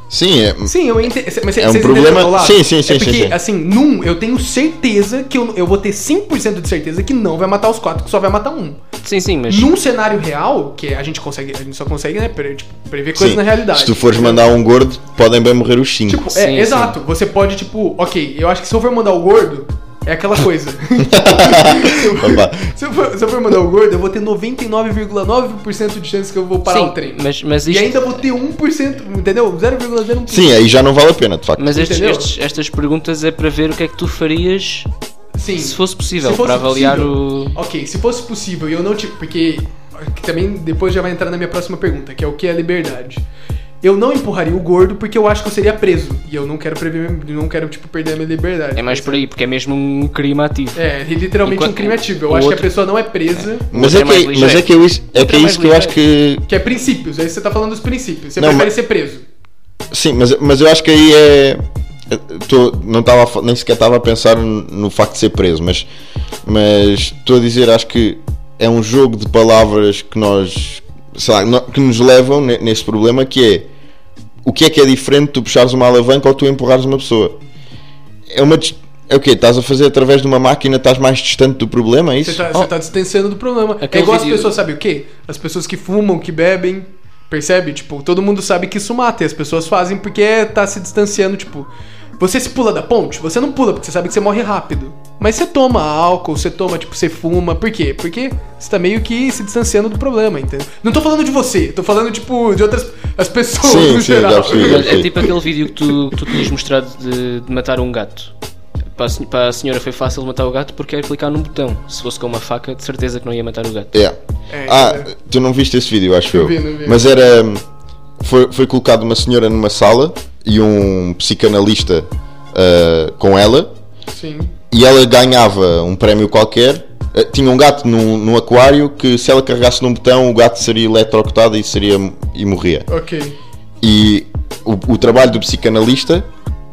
Sim, é. Sim, eu entendo. Mas É um vocês problema- entenderam o meu lado? Sim, sim, sim, É porque, sim, sim. assim, num, eu tenho certeza que eu, eu vou ter 100% de certeza que não vai matar os quatro, que só vai matar um. Sim, sim, mas. Num cenário real, que a gente consegue, a gente só consegue, né, pre- tipo, prever coisas sim. na realidade. Se tu fores mandar um gordo, podem bem morrer os cinco. Tipo, é, Sim, exato. Você pode, tipo, ok, eu acho que se eu for mandar o gordo, é aquela coisa. Tipo, Opa. se, eu for, se eu for mandar o gordo, eu vou ter 99,9% de chance que eu vou parar sim, o trem. mas, mas E é isto- ainda vou ter 1%, entendeu? 0,01%. Sim, aí já não vale a pena, de facto. Mas estes, Entendeu? estes- estas perguntas é para ver o que é que tu farias Sim. se fosse possível, Se fosse para avaliar possível. o. Ok, se fosse possível e eu não tive. Porque. que também depois já vai entrar na minha próxima pergunta, que é o que é liberdade. Eu não empurraria o gordo porque eu acho que eu seria preso. E eu não quero prever, não quero, tipo, perder a minha liberdade. É mais por aí, porque é mesmo um crime ativo. É, literalmente Enquanto um crime ativo. Eu o acho que outro- a pessoa não é presa, Mas Outro é, é mais que, mas é que eu, is- é que Outro é é mais isso que eu acho que. que é princípios. Aí você tá falando dos princípios. Você Não, prefere mas- ser preso. Sim, mas, mas eu acho que aí é. eu tô- não tava, a fa- nem sequer estava a pensar no, no facto de ser preso, mas mas estou a dizer, acho que é um jogo de palavras que nós sei lá, no- que nos levam ne- nesse problema que é o que é que é diferente de tu puxares uma alavanca ou tu empurrares uma pessoa? É uma dis- é o quê? Estás a fazer através de uma máquina, estás mais distante do problema, é isso? Você tá, Oh. você tá distanciando do problema. é Aquele igual as vídeo- pessoas, sabe o quê? As pessoas que fumam, que bebem. Percebe? Tipo, todo mundo sabe que isso mata e as pessoas fazem porque tá se distanciando. Tipo, você se pula da ponte? Você não pula porque você sabe que você morre rápido. Mas você toma álcool, você toma, tipo, você fuma. Por quê? Porque você tá meio que se distanciando do problema, entendeu? Não tô falando de você, tô falando, tipo, de outras as pessoas Sim, no sim, geral. já percebi. Mas é tipo aquele vídeo que tu, que tu tinhas mostrado de, de matar um gato. Para a, sen- para a senhora foi fácil matar o gato porque era clicar num botão. Se fosse com uma faca, de certeza que não ia matar o gato. Yeah. É, ah, é. tu não viste esse vídeo, acho Não eu. vi, não vi. Mas era. hum, Foi, foi colocado uma senhora numa sala e um psicanalista ah, com ela Sim. e ela ganhava um prémio qualquer. Ah, tinha um gato num, num aquário que se ela carregasse num botão o gato seria eletrocutado e, seria, e morria. Ok. E o, o trabalho do psicanalista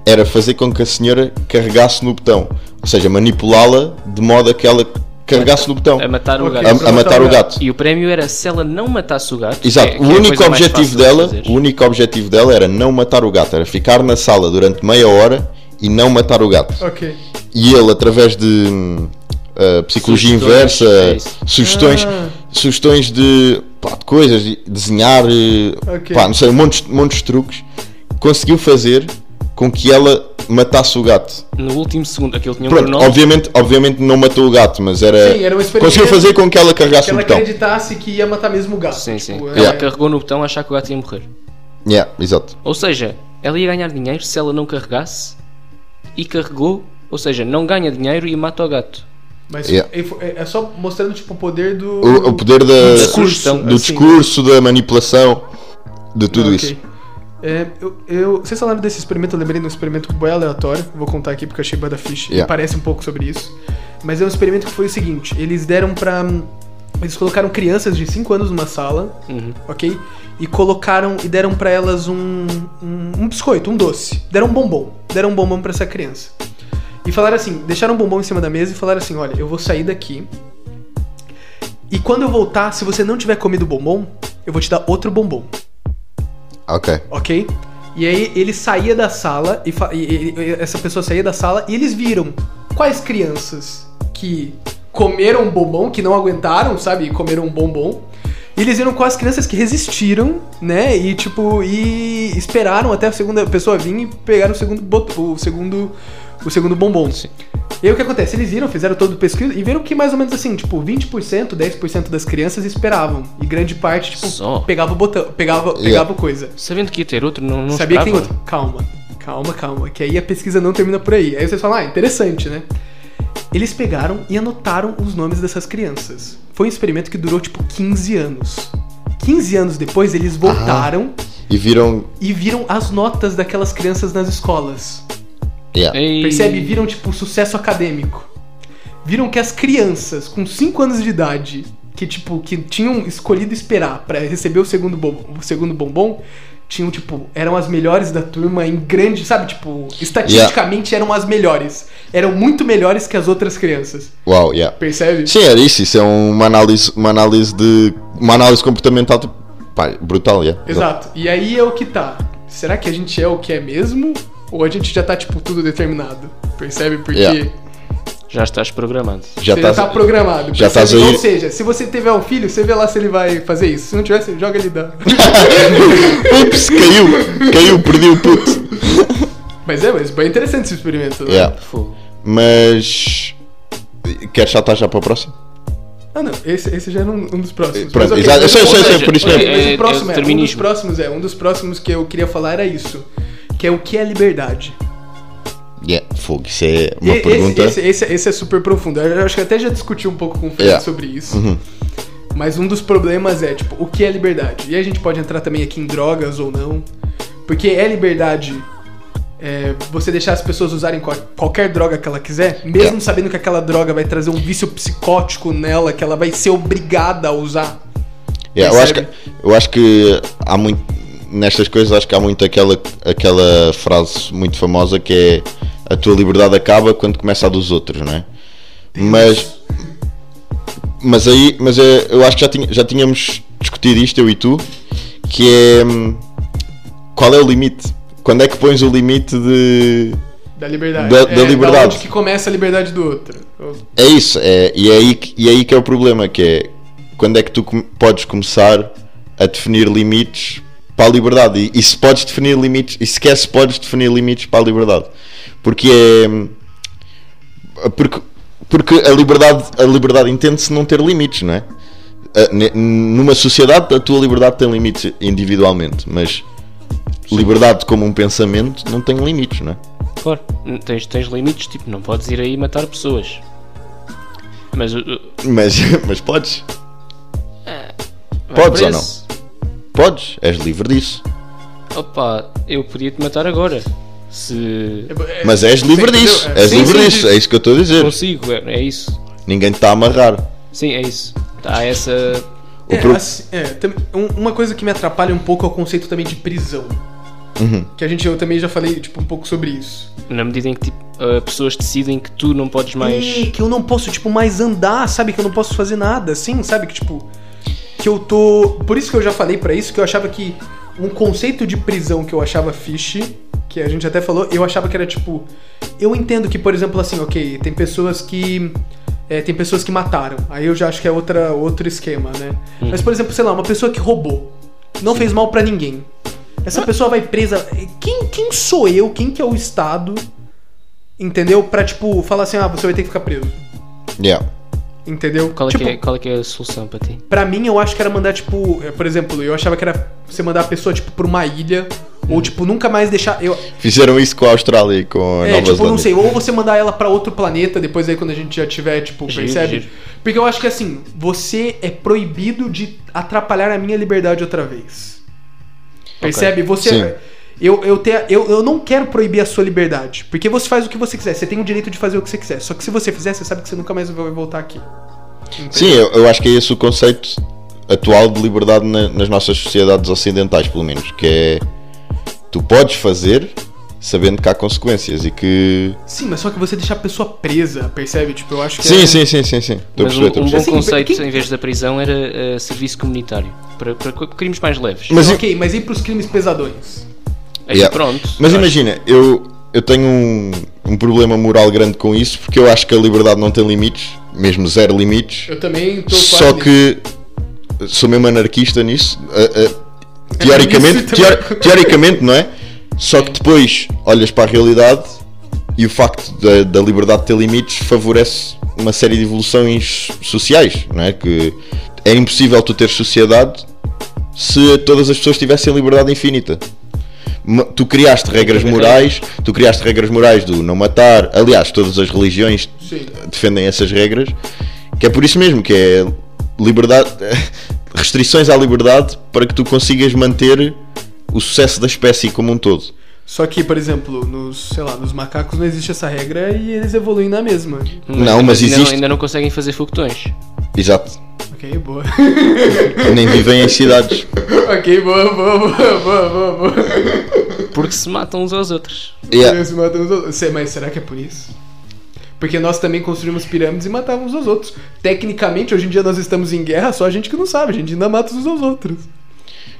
era fazer com que a senhora carregasse no botão. Ou seja, manipulá-la de modo a que ela carregasse no botão. A matar o Ok. gato. A, a matar o gato. E o prémio era se ela não matasse o gato. Exato, que é- que o é a único coisa mais objetivo fácil de dela, fazer. o único objetivo dela era não matar o gato, era ficar na sala durante meia hora e não matar o gato. Ok. E ele através de hum, ah, psicologia Sugestões, inversa, é isso. sugestões, Ah. sugestões de, pá, de coisas, de desenhar, eh, Ok. pá, não sei, um monte, de truques, conseguiu fazer com que ela matasse o gato. No último segundo, aquilo tinha um Pronto, cronómetro. obviamente, obviamente não matou o gato, mas era, Sim, era um experimento conseguiu fazer com que ela carregasse Que o ela botão. acreditasse que ia matar mesmo o gato. Sim, sim. tipo, é- Ela carregou no botão a achar que o gato ia morrer. Yeah, exato. Ou seja, ela ia ganhar dinheiro se ela não carregasse e carregou, ou seja, não ganha dinheiro e mata o gato. Mas Yeah. é, é- é só mostrando tipo, o poder do. O, o poder da Do discurso. do Assim. discurso, da manipulação, de tudo Ok. isso. É, eu, eu, vocês falaram desse experimento, eu lembrei de um experimento bem aleatório, vou contar aqui porque eu achei bada ficha, Yeah. e parece um pouco sobre isso. Mas é um experimento que foi o seguinte: eles deram pra. Eles colocaram crianças de 5 anos numa sala, Uhum. ok? E colocaram e deram pra elas um, um, um biscoito, um doce. Deram um bombom. Deram um bombom pra essa criança. E falaram assim: deixaram um bombom em cima da mesa e falaram assim: olha, eu vou sair daqui. E quando eu voltar, se você não tiver comido o bombom, eu vou te dar outro bombom Ok. ok? E aí ele saía da sala e, fa- e- e- e essa pessoa saía da sala e eles viram quais crianças que comeram um bombom, que não aguentaram, sabe? E comeram um bombom. E eles viram quais crianças que resistiram, né? E tipo, e esperaram até a segunda pessoa vir e pegaram o segundo bot- o segundo o segundo bombom. Sim. E aí o que acontece? Eles viram, fizeram todo o pesquisa e viram que mais ou menos assim, tipo, 20%, 10% das crianças esperavam e grande parte tipo Só? pegava o botão, pegava pegava Yeah. coisa. Sabendo que ia ter outro, não, não Sabia que tem esperava. outro. Calma, calma, calma. Que aí a pesquisa não termina por aí. Aí vocês falam, ah, interessante, né? Eles pegaram e anotaram os nomes dessas crianças. Foi um experimento que durou tipo 15 anos. 15 anos depois, eles voltaram E viram. e viram as notas daquelas crianças nas escolas. Yeah. Ei. Percebe? Viram, tipo, o sucesso acadêmico. Viram que as crianças com 5 anos de idade, que, tipo, que tinham escolhido esperar pra receber o segundo, bom, o segundo bombom, tinham, tipo, eram as melhores da turma em grande, sabe? Tipo, estatisticamente eram as melhores. Eram muito melhores que as outras crianças. Uau, yeah. Percebe? Sim, era isso. Isso é uma análise, uma análise de. Uma análise comportamental tipo, pá, brutal, yeah. Exato. E aí é o que tá. Será que a gente é o que é mesmo? Ou a gente já tá, tipo, tudo determinado? Percebe? Porque. Yeah. Já estás programado. Já você tá, já tá programado. já percebe? tá aí- Ou seja, se você tiver um filho, você vê lá se ele vai fazer isso. Se não tiver, você joga ele da. Ups, caiu! Caiu, perdi o puto. mas é, mas bem interessante esse experimento. Né? Yeah. Fogo. Mas. Queres saltar já para o próximo? Ah, não. Esse, esse já é um, um dos próximos. Pronto, Mas, ok, exato. Eu sei, eu sei, eu sei, seja, por isso mesmo. Mas É, o próximo é, é um dos determinismo. próximos é. Um dos próximos que eu queria falar era isso. Que é o que é liberdade. Yeah, fogo, isso é E- uma esse, pergunta. Esse, esse- esse é super profundo. Eu acho que até já discuti um pouco com o Fred Yeah. sobre isso. Mas um dos problemas é, tipo, o que é liberdade? E a gente pode entrar também aqui em drogas ou não. Porque é liberdade é, você deixar as pessoas usarem qual- qualquer droga que ela quiser, mesmo É. sabendo que aquela droga vai trazer um vício psicótico nela, que ela vai ser obrigada a usar. Yeah, eu, acho que, Percebe? eu acho que há muito. Nestas coisas acho que há muito aquela, aquela frase muito famosa que é a tua liberdade acaba quando começa a dos outros, não é? Mas. Mas aí. Mas é, eu acho que já, tinha- já tínhamos discutido isto, eu e tu, que é. hum, Qual é o limite? Quando é que pões o limite de. Da liberdade. Da- É, da liberdade. onde que começa a liberdade do outro. Eu- É isso, é, e, é aí, que- e é aí que é o problema, que é quando é que tu com- podes começar a definir limites para a liberdade e, e se podes definir limites, e sequer se podes definir limites para a liberdade, porque é porque, porque a liberdade, a liberdade entende-se não ter limites, não é? A- ne- Numa sociedade a tua liberdade tem limites individualmente, mas liberdade como um pensamento não tem limites, não é? Claro, tens, tens limites, tipo, não podes ir aí matar pessoas. Mas uh, o. o- Mas, mas podes, vai Podes ou preso. podes, és livre disso. Opa, eu podia te matar agora. Se é- Mas és livre entendeu? disso, É, és sim, livre sim, disso, sim. é isso que eu estou a dizer. consigo, é, é isso. Ninguém te está a amarrar. Sim, é isso. Há essa. O É, pro- assim, é, tam- um- uma coisa que me atrapalha um pouco é o conceito também de prisão. Que a gente, eu também já falei, tipo, um pouco sobre isso. Na medida em que tipo, uh, pessoas decidem que tu não podes mais. É, que eu não posso, tipo, mais andar, sabe? Que eu não posso fazer nada, assim, sabe? Que, tipo, que eu tô... Por isso que eu já falei pra isso, que eu achava que um conceito de prisão que eu achava fiche, que a gente até falou, eu achava que era, tipo... Eu entendo que, por exemplo, assim, ok, tem pessoas que... é, tem pessoas que mataram. Aí eu já acho que é outra, outro esquema, né? Mas, por exemplo, sei lá, uma pessoa que roubou. Não fez mal pra ninguém. Essa pessoa vai presa. Quem, quem sou eu? Quem que é o Estado? Entendeu? Pra, tipo, falar assim, ah, você vai ter que ficar preso. Yeah. Entendeu? Qual, é tipo, que é, qual é que é a solução para ti? pra mim, eu acho que era mandar, tipo, eh, por exemplo, eu achava que era você mandar a pessoa, tipo, pra uma ilha. Uhum. Ou, tipo, nunca mais deixar. Eu, Fizeram isso com a Austrália e com a é, Nova tipo, Zelândia. não sei, ou você mandar ela pra outro planeta, depois aí quando a gente já tiver, tipo, Giro, percebe? giro. Porque eu acho que assim, você é proibido de atrapalhar a minha liberdade outra vez. Percebe? Sim. Você. Eu, eu, te, eu, eu não quero proibir a sua liberdade. Porque você faz o que você quiser. Você tem o direito de fazer o que você quiser. Só que se você fizer, você sabe que você nunca mais vai voltar aqui. Sim, eu, eu acho que é esse o conceito atual de liberdade na- nas nossas sociedades ocidentais, pelo menos, que é tu podes fazer sabendo que há consequências e que. Sim, mas só que você deixar a pessoa presa, percebe? Tipo, eu acho que. Sim, é- sim, sim, sim, sim. Estou a Mas um, perceber, estou a um bom perceber. Sim, conceito, quem- em vez da prisão, era uh, serviço comunitário. Para, para co- crimes mais leves. Mas ok, mas e pros crimes pesadões? Aí Yeah. pronto. Mas acho- imagina, eu, eu tenho um, um problema moral grande com isso porque eu acho que a liberdade não tem limites, mesmo zero limites. Eu também tô quase Só nisso. que sou mesmo anarquista nisso. uh, uh, teoricamente, isso teor- também. teoricamente, não é? Só que depois olhas para a realidade e o facto da, da liberdade ter limites favorece uma série de evoluções sociais, não é? Que é impossível tu ter sociedade se todas as pessoas tivessem liberdade infinita. Ma- Tu criaste regras haver morais, tu criaste regras morais do não matar. Aliás, todas as religiões Sim. defendem essas regras, que é por isso mesmo que é liberdade, restrições à liberdade para que tu consigas manter o sucesso da espécie como um todo. Só que, por exemplo, nos, sei lá, nos macacos não existe essa regra e eles evoluem na mesma. Não, mas ainda existe- ainda não conseguem fazer foguetões. Exato. Ok, boa. Nem vivem em cidades. ok, boa, boa, boa, boa, boa, boa. Porque se matam uns aos outros. Yeah. Eles matam os outros. Sei, Mas será que é por isso? Porque nós também construímos pirâmides e matávamos os outros. Tecnicamente, hoje em dia nós estamos em guerra, só a gente que não sabe, a gente ainda mata uns aos outros.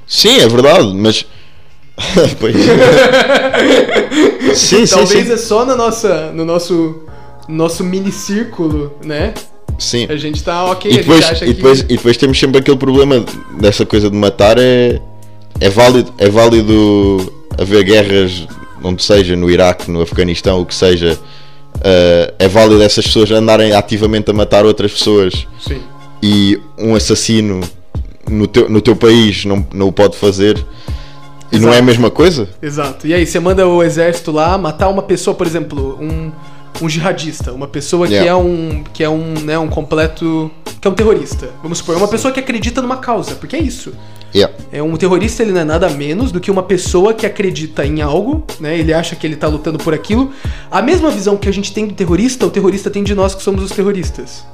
Sim, é verdade, mas. Pois. sim, sim, Talvez sim. é só na nossa, no nosso, nosso mini círculo, né? sim. A gente tá ok, E depois, a gente acha e, depois, que. é. e depois temos sempre aquele problema dessa coisa de matar é, é válido é válido haver guerras onde seja, no Iraque, no Afeganistão, o que seja, ah, é válido essas pessoas andarem ativamente a matar outras pessoas Sim. e um assassino no teu, no teu país não, não o pode fazer e não é a mesma coisa? Exato. E aí, você manda o exército lá matar uma pessoa, por exemplo, um um jihadista, uma pessoa que Yeah. é um que é um, né, um completo que é um terrorista. Vamos supor, é uma pessoa que acredita numa causa, porque é isso. Yeah. É um terrorista, ele não é nada menos do que uma pessoa que acredita em algo, né? Ele acha que ele tá lutando por aquilo. A mesma visão que a gente tem do terrorista, o terrorista tem de nós que somos os terroristas.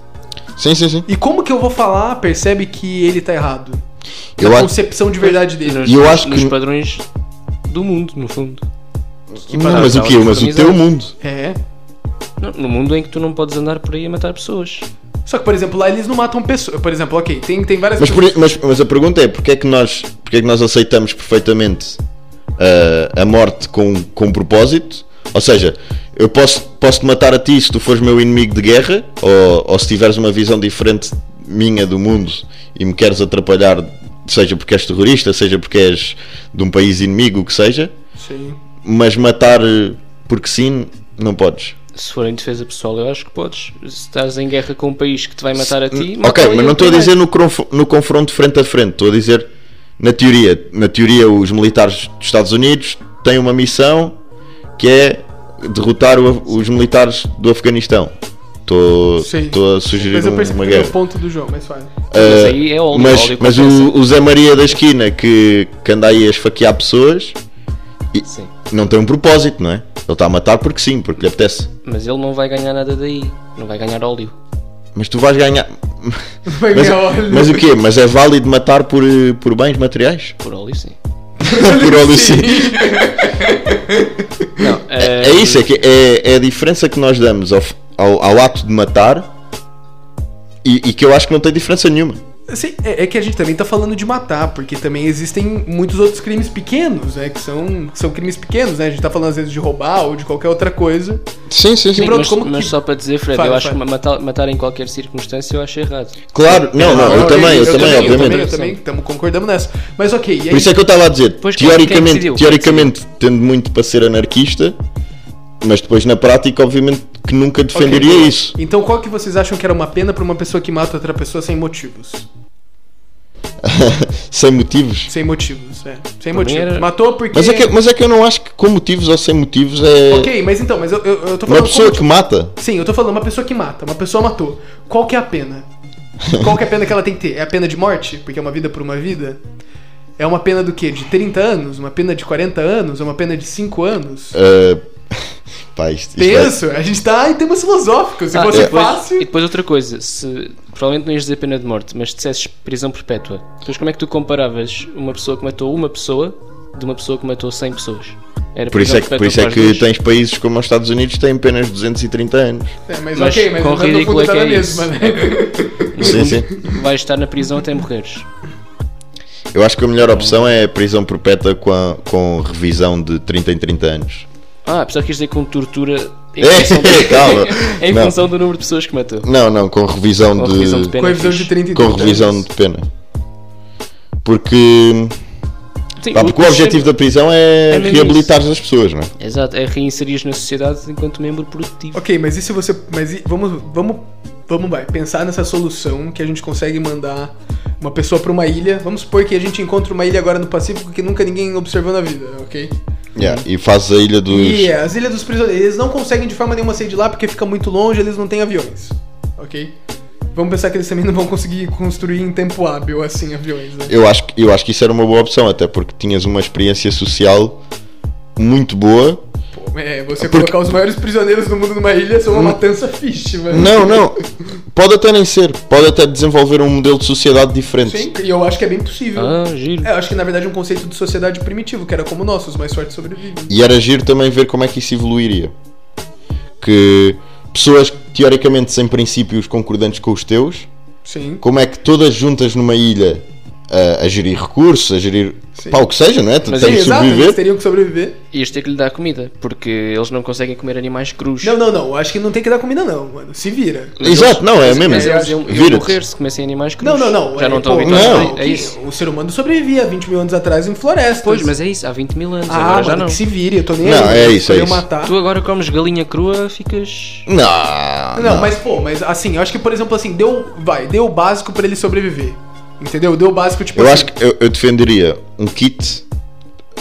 Sim, sim, sim. E como que eu vou falar, percebe que ele tá errado? Eu a acho- concepção de verdade E dele. nos, E eu acho nos que- padrões do mundo, no fundo. Não, mas o parada, quê? ela Mas o desorganizada. teu mundo. É. No, no mundo em que tu não podes andar por aí a matar pessoas. Só que, por exemplo, lá eles não matam pessoas. Por exemplo, ok, tem, tem várias Mas, por- pessoas. mas- mas a pergunta é porque é que nós, porque é que nós aceitamos perfeitamente ah, a morte com, com propósito? Ou seja, eu posso, posso te matar a ti se tu fores meu inimigo de guerra, ou, ou se tiveres uma visão diferente minha do mundo e me queres atrapalhar, seja porque és terrorista, seja porque és de um país inimigo, o que seja, Sim. mas matar eh, porque sim, não podes. Se for em defesa pessoal, eu acho que podes. Se estás em guerra com um país que te vai matar a ti, Hum, Ok, mata ele mas não estou a primeiro. dizer no, cronf- no confronto frente a frente, estou a dizer na teoria. Na teoria, os militares dos Estados Unidos têm uma missão que é derrotar o Af- os militares do Afeganistão. Estou Sim. estou a sugerir Mas eu um- percebi uma que é guerra. o ponto do jogo, mas fala. Mas Ah, aí é óleo, mas óleo mas compensa. o, o Zé Maria da esquina que, que anda aí a esfaquear pessoas Sim. não tem um propósito, não é? Ele está a matar porque sim, porque lhe apetece. Mas ele não vai ganhar nada daí. Não vai ganhar óleo. Mas tu vais ganhar. Vai Mas, ganhar óleo. mas o quê? Mas é válido matar por, eh, por bens materiais? Por óleo, sim. por óleo sim. Não, É isso, é, que é, é a diferença que nós damos ao, f- ao, ao ato de matar e, e que eu acho que não tem diferença nenhuma. Sim, é, é que a gente também tá falando de matar, porque também existem muitos outros crimes pequenos, né? Que são, que são crimes pequenos, né? A gente tá falando às vezes de roubar ou de qualquer outra coisa. Sim, sim, Sim, pronto, mas, como mas que- só para dizer, Fred, Fala, eu acho fala. que matar, matar em qualquer circunstância eu acho errado. Claro, não, não, eu também, eu também, Eu também, eu obviamente. também, tamo concordando nessa. Mas ok, e aí, Por isso é que eu estava a dizer, Pois, quem- quem teoricamente, decidiu? Quem teoricamente tendo muito para ser anarquista, mas depois na prática, obviamente, que nunca ok, defenderia boa. isso. Então qual que vocês acham que era uma pena pra uma pessoa que mata outra pessoa sem motivos? sem motivos. Sem motivos, é. Sem Pra mim motivos. era- Matou porque. Mas é, que, mas é que eu não acho que com motivos ou sem motivos é. Ok, mas então, mas eu, eu, eu tô Uma falando. pessoa como- que mata. Sim, eu tô falando uma pessoa que mata, uma pessoa matou. Qual que é a pena? Qual que é a pena que ela tem que ter? É a pena de morte? Porque é uma vida por uma vida? É uma pena do quê? De 30 anos? Uma pena de 40 anos? Uma pena de 5 anos? ah, pá, isto, isto vai- Penso, a gente tá em temas filosóficos. Se Ah, fosse e depois, fácil. E depois outra coisa, se provavelmente não ias dizer pena de morte, mas dissesses prisão perpétua, depois como é que tu comparavas uma pessoa que matou uma pessoa de uma pessoa que matou 100 pessoas? Era Por isso prisão é que, por perpétua isso é para as que duas. tens países como os Estados Unidos que têm apenas 230 anos. É, mas, mas ok, mas quão no fundo ridículo é tá que na é mesma, isso? né? No Sim, fundo, Vais estar na prisão até morreres. Eu acho que a melhor opção é a prisão perpétua com, a- com revisão de 30 em 30 anos. Ah, apesar que ias dizer com tortura em É, função, do- calma. em Não. função do número de pessoas que matou. Não, não, com revisão Ou de. revisão de pena. Com a revisão de 30 e Com 30 revisão anos. de pena. Porque. Sim, pá, porque o objetivo da prisão é, É mesmo reabilitar as pessoas, não é? Exato, é reinserires na sociedade enquanto membro produtivo. Ok, mas e se você. Mas e- vamos. Vamos. Vamos vai, pensar nessa solução que a gente consegue mandar uma pessoa pra uma ilha. Vamos supor que a gente encontra uma ilha agora no Pacífico que nunca ninguém observou na vida, ok? Yeah, Uhum. E fazes a ilha dos. E as ilhas dos prisioneiros, eles não conseguem de forma nenhuma sair de lá porque fica muito longe, eles não têm aviões, ok? Vamos pensar que eles também não vão conseguir construir em tempo hábil assim aviões, né? Eu acho, que- eu acho que isso era uma boa opção, até porque tinhas uma experiência social muito boa Pô, é, você Porque- colocar os maiores prisioneiros do mundo numa ilha são uma matança fixe, mano. Não, não. Pode até nem ser. Pode até desenvolver um modelo de sociedade diferente. Sim, e eu acho que é bem possível. Ah, giro. É, Eu acho que na verdade é um conceito de sociedade primitivo, que era como o nosso, os mais fortes sobrevivem. E era giro também ver como é que isso evoluiria. Que pessoas que, teoricamente sem princípios concordantes com os teus, Sim. como é que todas juntas numa ilha eh, a, a gerir recursos, a gerir. Sim. pá, o que seja, não é? Tu Mas tens Tem Sim, de exato, eles sobreviver. teriam que sobreviver. Ias ter é que lhe dar comida, porque eles não conseguem comer animais crus. Não, não, não, eu acho que não tem que dar comida não, mano, se vira. Mas Exato, não, é mesmo. Mas eles iam, iam Vira-te. morrer se comessem animais crus. Não, não, não. Já é, não estão pô, habituados não, a é isso. O ser humano sobrevivia há 20 mil anos atrás em florestas. Pois, mas é isso, há 20 mil anos, Ah, agora mano, já não. que se vire, eu tô nem Não, aí. é eu isso, é queria isso. matar. Tu agora comes galinha crua, ficas. Não, Não, mas pô, mas assim, eu acho que, por exemplo, assim, deu. Vai, deu o básico pra ele sobreviver. Entendeu? Deu o básico, tipo Eu assim, acho que eu, eu defenderia um kit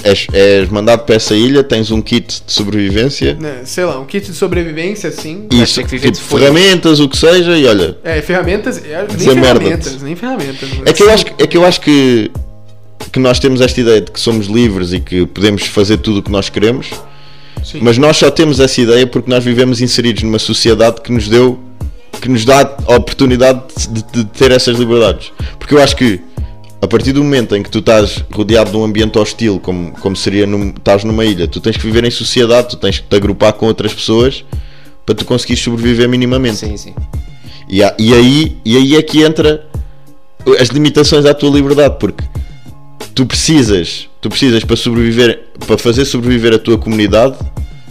és, és mandado para essa ilha, tens um kit de sobrevivência. né, Sei lá, um kit de sobrevivência, assim. Isso, ter que viver tipo, de folha. ferramentas, o que seja, e olha, É, ferramentas. é, Nem Desamerda-te. ferramentas, nem ferramentas. mano. É que eu acho, que- é que, eu acho que, que nós temos esta ideia de que somos livres e que podemos fazer tudo o que nós queremos, Sim. mas nós só temos essa ideia porque nós vivemos inseridos numa sociedade que nos deu, que nos dá a oportunidade de, de ter essas liberdades. Porque eu acho que a partir do momento em que tu estás rodeado de um ambiente hostil, como, como seria num, estás numa ilha, tu tens que viver em sociedade, tu tens que te agrupar com outras pessoas para tu conseguires sobreviver minimamente. Sim, sim. E, há- e aí, e aí é que entra as limitações à tua liberdade, porque tu precisas, tu precisas para sobreviver, para fazer sobreviver a tua comunidade,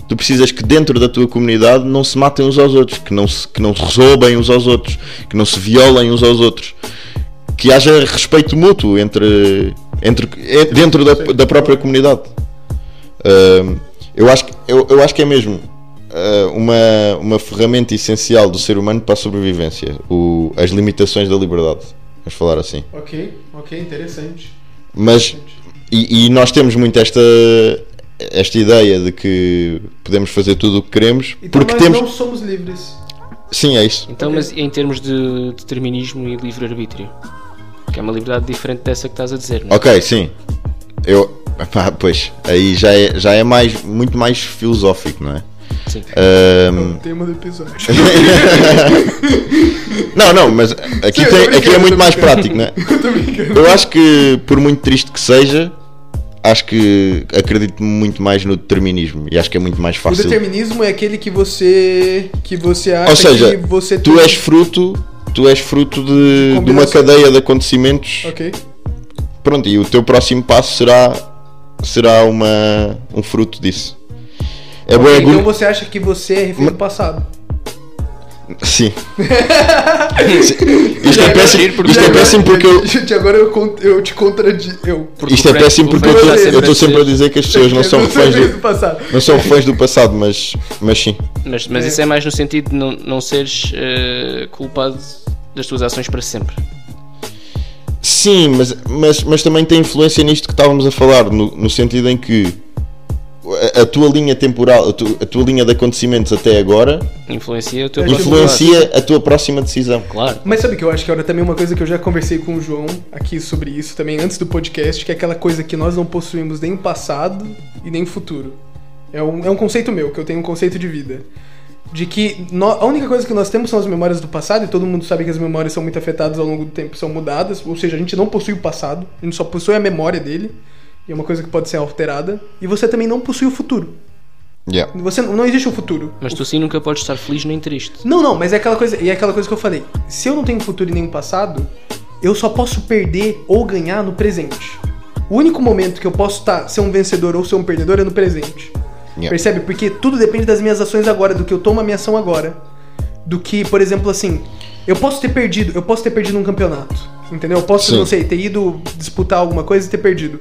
tu precisas que dentro da tua comunidade não se matem uns aos outros, que não se, que não se roubem uns aos outros, que não se violem uns aos outros, que haja respeito mútuo entre, entre é- dentro da, da própria comunidade. Ahm, eu, acho, que- eu, eu acho que é mesmo ah, uma, uma ferramenta essencial do ser humano para a sobrevivência, o- as limitações da liberdade. Vamos falar assim. Ok, ok, interessante. Mas e, e nós temos muito esta esta ideia de que podemos fazer tudo o que queremos Então porque nós temos não somos livres. sim é isso Então, Ok. mas em termos de determinismo e livre-arbítrio, que é uma liberdade diferente dessa que estás a dizer, não é? ok sim eu pá, pois aí já é já é mais muito mais filosófico não é Sim. Ahm, O tema do episódio. não não mas aqui Sim, eu tem- tô brincando, aqui é muito tô mais brincando. prático não é Eu tô brincando. Eu acho que, por muito triste que seja, acho que acredito muito mais no determinismo e acho que é muito mais O fácil. determinismo é aquele que você. que você acha Ou seja, que você tu és fruto, tu és fruto de, de uma Combinação. cadeia de acontecimentos. Ok. Pronto, e o teu próximo passo será será uma um fruto disso. É bom Ok, orgulho. Então você acha que você é refém do passado. Sim. Sim. Isto é Agora- péssimo, porque- isto é péssimo porque eu Gente, agora eu, con- eu te contradi. Eu. Porque isto é o Frank- péssimo o porque Frank eu está estou sempre a dizer- dizer que as pessoas não Eu são sou fãs refém do, do passado. não são fãs do passado, mas mas sim. Mas, mas isso é mais no sentido de não, não seres eh, culpado das tuas ações para sempre. Sim, mas, mas, mas também tem influência nisto que estávamos a falar, no, no sentido em que a, a tua linha temporal, a, tu- a tua linha de acontecimentos até agora Influencia o teu Acho que influencia a tua próxima decisão. Claro. Mas sabe que eu acho que era também uma coisa que eu já conversei com o João aqui sobre isso também antes do podcast, que é aquela coisa que nós não possuímos nem passado e nem futuro. É um, é um conceito meu, que eu tenho um conceito de vida. De que nó- a única coisa que nós temos são as memórias do passado, e todo mundo sabe que as memórias são muito afetadas ao longo do tempo, são mudadas, ou seja, a gente não possui o passado, a gente só possui a memória dele, e é uma coisa que pode ser alterada, e você também não possui o futuro. Yeah. Você não existe o futuro. Mas tu sim nunca podes estar feliz nem triste. Não, não, mas é aquela coisa, e é aquela coisa que eu falei. Se eu não tenho futuro e nenhum passado, eu só posso perder ou ganhar no presente. O único momento que eu posso tá, ser um vencedor ou ser um perdedor é no presente. Yeah. Percebe? Porque tudo depende das minhas ações agora, do que eu tomo a minha ação agora. Do que, por exemplo, assim, eu posso ter perdido, eu posso ter perdido um campeonato. Entendeu? Eu posso, Sim. não sei, ter ido disputar alguma coisa e ter perdido.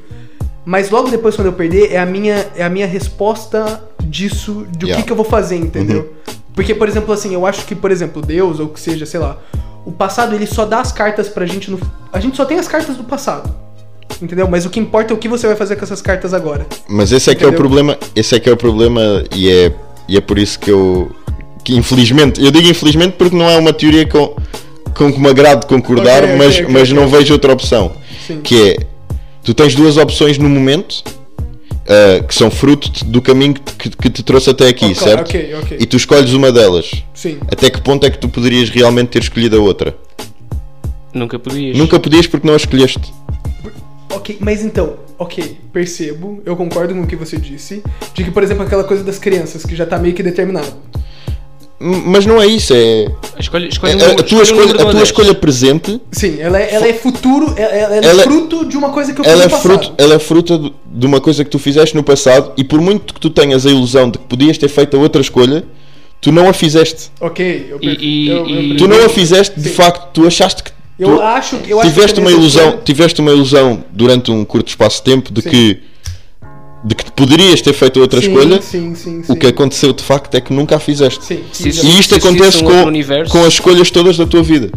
Mas logo depois, quando eu perder, é a minha, é a minha resposta disso, do Yeah. Uhum. que, que eu vou fazer, entendeu? Porque, por exemplo, assim, eu acho que, por exemplo, Deus, ou que seja, sei lá, o passado ele só dá as cartas pra gente no. A gente só tem as cartas do passado. Entendeu? Mas o que importa é o que você vai fazer com essas cartas agora. Mas esse é que é o Entendeu? problema, esse é que é o problema e é, e é por isso que eu que infelizmente, eu digo infelizmente porque não é uma teoria com, com que me agrade concordar, Ok, ok, mas, ok, mas não vejo outra opção. Sim. Que é tu tens duas opções no momento ah, que são fruto de- do caminho que te, que- que te trouxe até aqui, Ok, certo? ok, ok. E tu escolhes uma delas. Sim. Até que ponto é que tu poderias realmente ter escolhido a outra? Nunca podias. Nunca podias porque não a escolheste. Ok, mas então, ok, percebo, eu concordo com o que você disse, de que, por exemplo, aquela coisa das crianças, que já tá meio que determinado. M- Mas não é isso, é. Escolhe, escolhe é- um a, número- tua escolhe um escolha, número de a um tua dez. escolha presente Sim, ela é, ela é futuro, ela, ela Ela- é fruto de uma coisa que eu fiz ela é, no passado. fruto, ela é fruta de- de uma coisa que tu fizeste no passado e por muito que tu tenhas a ilusão de que podias ter feito a outra escolha, tu não a fizeste. Ok, eu, E- e- eu- eu e- Tu percebo. não a fizeste de Sim. facto, tu achaste que. Eu tu- acho que. Eu acho tiveste que uma nessa ilusão, altura- tiveste uma ilusão durante um curto espaço de tempo de Sim. que de que poderias ter feito outra sim, escolha. Sim, sim, sim. O que aconteceu de facto é que nunca a fizeste. Sim, Se isso- E isto Se acontece existe um com, outro universo- com as escolhas todas da tua vida.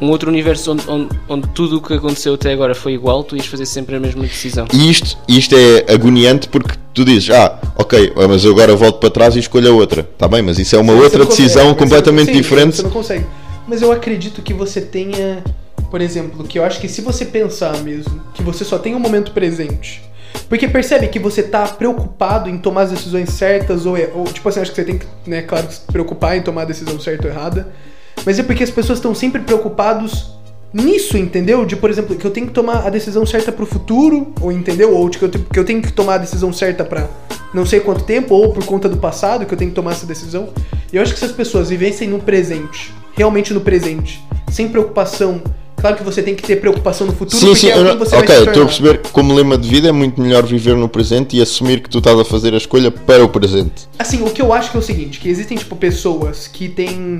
um outro universo onde, onde, onde tudo o que aconteceu até agora foi igual, tu ias fazer sempre a mesma decisão. E isto, isto é agoniante porque tu dizes, ah, ok, mas eu agora volto para trás e escolho a outra. Está bem, mas isso é uma Você outra não decisão é consegue, mas completamente você- sim, diferente. Você não consegue. Mas eu acredito que você tenha, por exemplo, que eu acho que se você pensar mesmo, que você só tem o momento presente. Porque percebe que você tá preocupado em tomar as decisões certas ou, é- ou tipo assim, acho que você tem que, né, claro, se preocupar em tomar a decisão certa ou errada. Mas é porque as pessoas estão sempre preocupados nisso, entendeu? De, por exemplo, que eu tenho que tomar a decisão certa pro futuro, ou entendeu? Ou de que eu, te- que eu tenho que tomar a decisão certa pra não sei quanto tempo, ou por conta do passado que eu tenho que tomar essa decisão. E eu acho que se as pessoas vivessem no presente, realmente no presente, sem preocupação. Claro que você tem que ter preocupação no futuro, Sim, porque sim, é eu quem não- você ok, vai se estou a tornar. perceber que como lema de vida é muito melhor viver no presente e assumir que tu estás a fazer a escolha para o presente. Assim, o que eu acho que é o seguinte, que existem, tipo, pessoas que têm...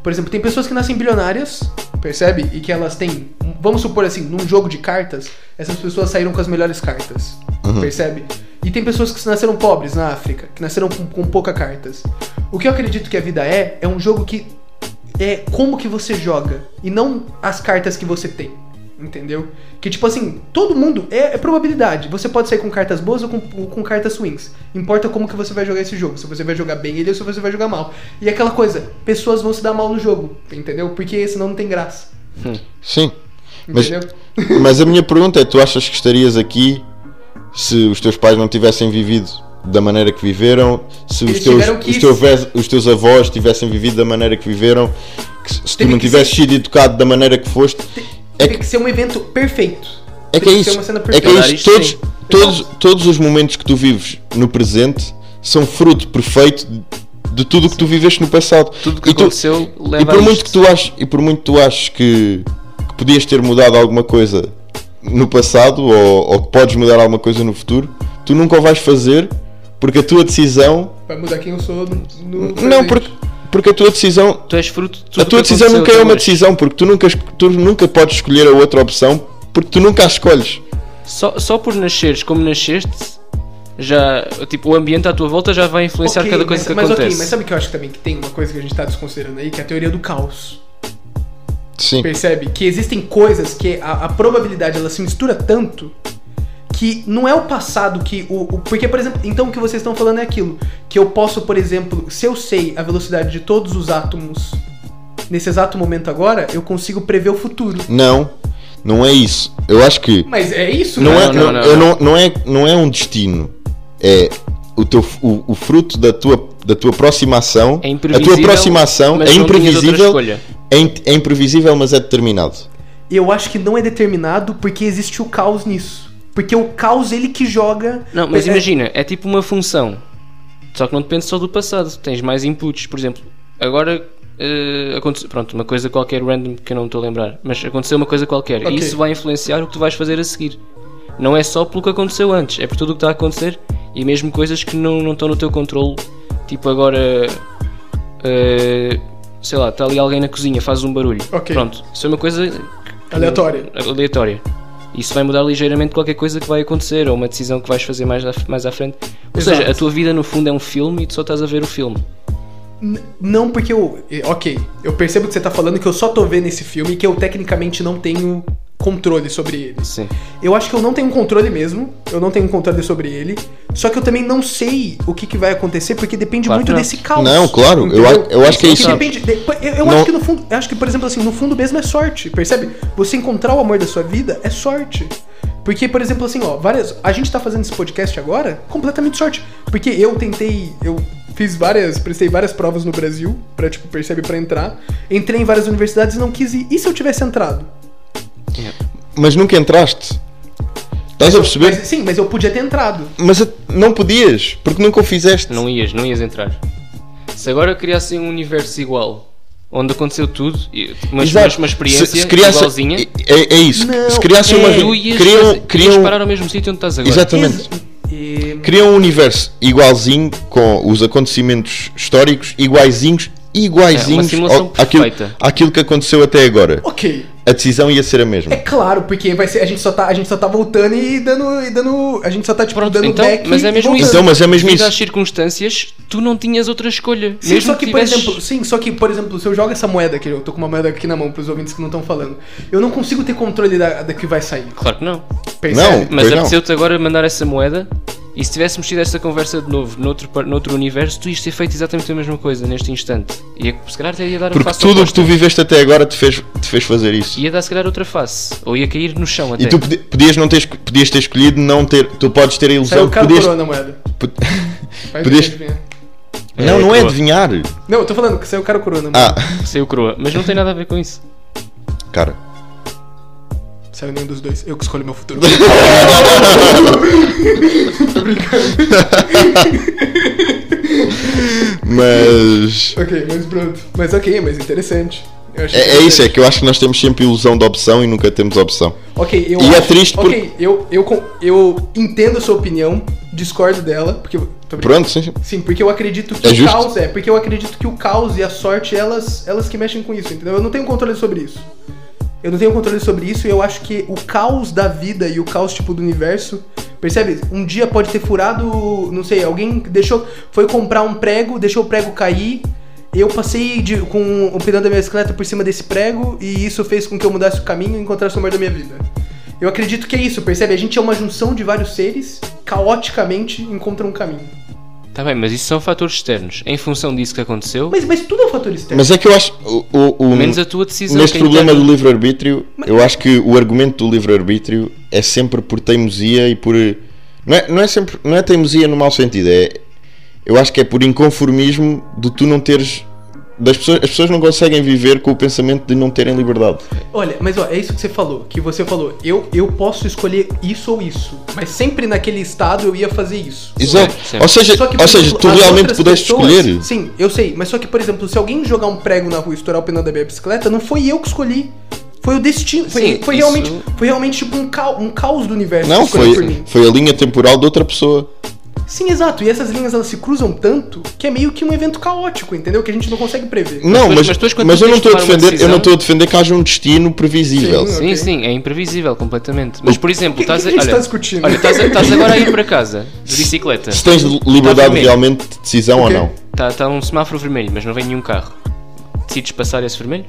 Por exemplo, tem pessoas que nascem bilionárias, percebe? E que elas têm... Vamos supor, assim, num jogo de cartas, essas pessoas saíram com as melhores cartas, percebe? E tem pessoas que nasceram pobres na África, que nasceram com, com pouca cartas. O que eu acredito que a vida é, é um jogo que é como que você joga e não as cartas que você tem. Entendeu? Que tipo assim, todo mundo é, é probabilidade. Você pode sair com cartas boas ou com, ou com cartas ruins. Importa como que você vai jogar esse jogo. Se você vai jogar bem ele ou se você vai jogar mal. E aquela coisa, pessoas vão se dar mal no jogo, entendeu? Porque senão não tem graça. Sim. Mas, Entendeu? mas a minha pergunta é: tu achas que estarias aqui se os teus pais não tivessem vivido da maneira que viveram? Se os Eles teus, tiveram que os, ir- teus, ve- os teus avós tivessem vivido da maneira que viveram? Que se se tu Teve não que tivesses sido educado da maneira que foste? É Tem que, que ser um evento perfeito. é Tem que é ser isso. uma cena É que perfeita. é Dar isso. isto Todos, um sim. todos, todos os momentos que tu vives no presente são fruto perfeito de- de tudo o que tu viveste no passado. Tudo o que E tu- aconteceu leva e por a muito isto. que tu aches, e por muito que tu aches que, que podias ter mudado alguma coisa no passado ou, ou que podes mudar alguma coisa no futuro, tu nunca o vais fazer porque a tua decisão Vai mudar quem eu sou no, no não presente. porque, porque a tua decisão Tu és fruto de tudo a tua que decisão aconteceu nunca é até uma hoje. decisão porque tu nunca es- tu nunca podes escolher a outra opção porque tu nunca a escolhes. Só, só por nasceres como nasceste, já, tipo, o ambiente à tua volta já vai influenciar Ok, cada coisa mas, que mas ok, acontece. mas sabe que eu acho também que tem uma coisa que a gente tá desconsiderando aí, que é a teoria do caos. Sim. Percebe? Que existem coisas que a, a probabilidade ela se mistura tanto que não é o passado que o, o- Porque, por exemplo, então o que vocês estão falando é aquilo. Que eu posso, por exemplo, se eu sei a velocidade de todos os átomos nesse exato momento agora, eu consigo prever o futuro. Não. Não é isso. Eu acho que Mas é isso, não, né? é, não, Não, não, não, eu não- não é, não é um destino. É o, teu, o, o fruto da tua, da tua aproximação. É a imprevisível. tua aproximação mas é não tinhas outra imprevisível. escolha. É, in- é imprevisível, mas é determinado. Eu acho que não é determinado porque existe o caos nisso. Porque o caos ele que joga. Não, mas É- imagina, é tipo uma função. Só que não depende só do passado, tens mais inputs, por exemplo. Agora eh, aconteceu, pronto, uma coisa qualquer random que eu não me estou a lembrar, mas aconteceu uma coisa qualquer Ok. e isso vai influenciar o que tu vais fazer a seguir. Não é só pelo que aconteceu antes, é por tudo o que está a acontecer e mesmo coisas que não, não estão no teu controle. Tipo agora, eh, sei lá, está ali alguém na cozinha, faz um barulho. Ok. Pronto, isso é uma coisa Aleatória. aleatória. Isso vai mudar ligeiramente qualquer coisa que vai acontecer ou uma decisão que vais fazer mais, à- mais à frente. Ou Exato. seja, a tua vida no fundo é um filme e tu só estás a ver o filme. N- Não, porque eu. eh, Ok, eu percebo que você tá falando que eu só tô vendo esse filme e que eu tecnicamente não tenho controle sobre ele. Sim. Eu acho que eu não tenho controle mesmo, eu não tenho controle sobre ele, só que eu também não sei o que, que vai acontecer, porque depende Claro muito que não. desse caos. Não, claro, eu entendeu? acho- eu acho que é Porque isso. depende- de- eu eu acho Não- que no fundo, eu acho que, por exemplo, assim, no fundo mesmo é sorte, percebe? Você encontrar o amor da sua vida é sorte. Porque, por exemplo, assim, ó, várias. A gente tá fazendo esse podcast agora completamente sorte. Porque eu tentei. Eu fiz várias. Prestei várias provas no Brasil, pra, tipo, percebe, pra entrar. Entrei em várias universidades e não quis ir. E se eu tivesse entrado? Mas nunca entraste. Estás a perceber? Mas, sim, mas eu podia ter entrado. Mas a- não podias, porque nunca o fizeste. Não ias, não ias entrar. Se agora criassem um universo igual, onde aconteceu tudo, e- mas, Exato. mas uma experiência se, se criasse- igualzinha, É, é isso. Não, se criassem uma. um- é- tu ias, Criam, fazer- ias criam, parar ao mesmo sítio onde estás agora. exatamente. E- criam um universo igualzinho com os acontecimentos históricos iguaizinhos iguaizinhos É, uma simulação àquilo, perfeita. àquilo que aconteceu até agora Ok. a decisão ia ser a mesma. É claro, porque vai ser, a, gente só tá, a gente só tá voltando e dando. E dando a gente só tá tipo, Pronto, dando então, back. mas é e mesmo voltando. isso. Então, mas é mesmo Devido isso. às circunstâncias, tu não tinhas outra escolha. Sim, mesmo só que, por tivesses- exemplo, sim, só que, por exemplo, se eu jogo essa moeda, que eu tô com uma moeda aqui na mão pros ouvintes que não estão falando, eu não consigo ter controle da, da que vai sair. Claro que não. Percebe? Não. Mas Pois apeteceu-te agora mandar essa moeda e se tivéssemos tido esta conversa de novo noutro, par- noutro universo, tu ias ter feito exatamente a mesma coisa neste instante. E se calhar até ia dar a Porque face tudo o que oposta. tu viveste até agora te fez, te fez fazer isso. Ia dar se calhar outra face. Ou ia cair no chão até. E tu podi- podias, não ter, esco- podias ter escolhido não ter. Tu podes ter a Saiu ilusão é o que cara podias. coroa na moeda. pod- Vai Podias- adivinhar. Não, não é crua. adivinhar. Não, eu tô falando que saiu o cara coroa na moeda. Ah, Saiu crua. Mas não tem nada a ver com isso. cara. Ah. Saiu nenhum dos dois. Eu que escolho meu futuro. Mas. ok, mas pronto. Mas ok, mas interessante. Eu achei É, é isso, é interessante. que eu acho que nós temos sempre ilusão de opção e nunca temos opção. Ok, eu E é acho- triste por- Ok, eu, eu, con- eu entendo a sua opinião, discordo dela, porque... eu- tô brincando. Pronto, sim. sim. Sim, porque eu acredito que É o justo. caos é, porque eu acredito que o caos e a sorte elas elas que mexem com isso, entendeu? Eu não tenho controle sobre isso. Eu não tenho controle sobre isso e eu acho que o caos da vida e o caos tipo do universo, percebe? Um dia pode ter furado, não sei, alguém deixou foi comprar um prego, deixou o prego cair. Eu passei de- com o pneu da minha bicicleta por cima desse prego e isso fez com que eu mudasse o caminho e encontrasse o amor da minha vida. Eu acredito que é isso, percebe? A gente é uma junção de vários seres, caoticamente encontram um caminho. Tá bem, mas isso são fatores externos. Em função disso que aconteceu, Mas, mas tudo é um fator externo. Mas é que eu acho. O, o, o- menos a tua decisão. neste que é problema interna. do livre-arbítrio, eu acho que o argumento do livre-arbítrio é sempre por teimosia e por. Não é, não é sempre. Não é teimosia no mau sentido, é. Eu acho que é por inconformismo de tu não teres. Das pessoas, as pessoas não conseguem viver com o pensamento de não terem liberdade. Olha, mas ó, é isso que você falou, que você falou, eu, eu posso escolher isso ou isso, mas sempre naquele estado eu ia fazer isso. Exato. sim. Ou seja, Só que, por ou seja exemplo, tu as realmente outras pudeste pessoas- escolher. Sim, eu sei, mas só que, por exemplo, se alguém jogar um prego na rua e estourar o pneu da minha bicicleta, não foi eu que escolhi. Foi o destino. Foi, Sim, foi isso- realmente, foi realmente tipo um, caos, um caos do universo que Não, escolheu por foi, mim. foi a linha temporal de outra pessoa. Sim, exato. E essas linhas elas se cruzam tanto que é meio que um evento caótico, entendeu? Que a gente não consegue prever. Não, depois- mas, mas depois quando mas tu eu não tens de estou a tomar uma defender, eu não decisão- estou a defender que haja um destino previsível. Sim, Sim, Ok. sim, é imprevisível completamente. Mas, por exemplo, Que- estás que a. a gente olha, tá discutindo? olha, estás a- estás agora a ir para casa, de bicicleta. Se tens Tá liberdade bem. realmente de decisão Ok. ou não. Está tá um semáforo vermelho, mas não vem nenhum carro. Decides passar esse vermelho?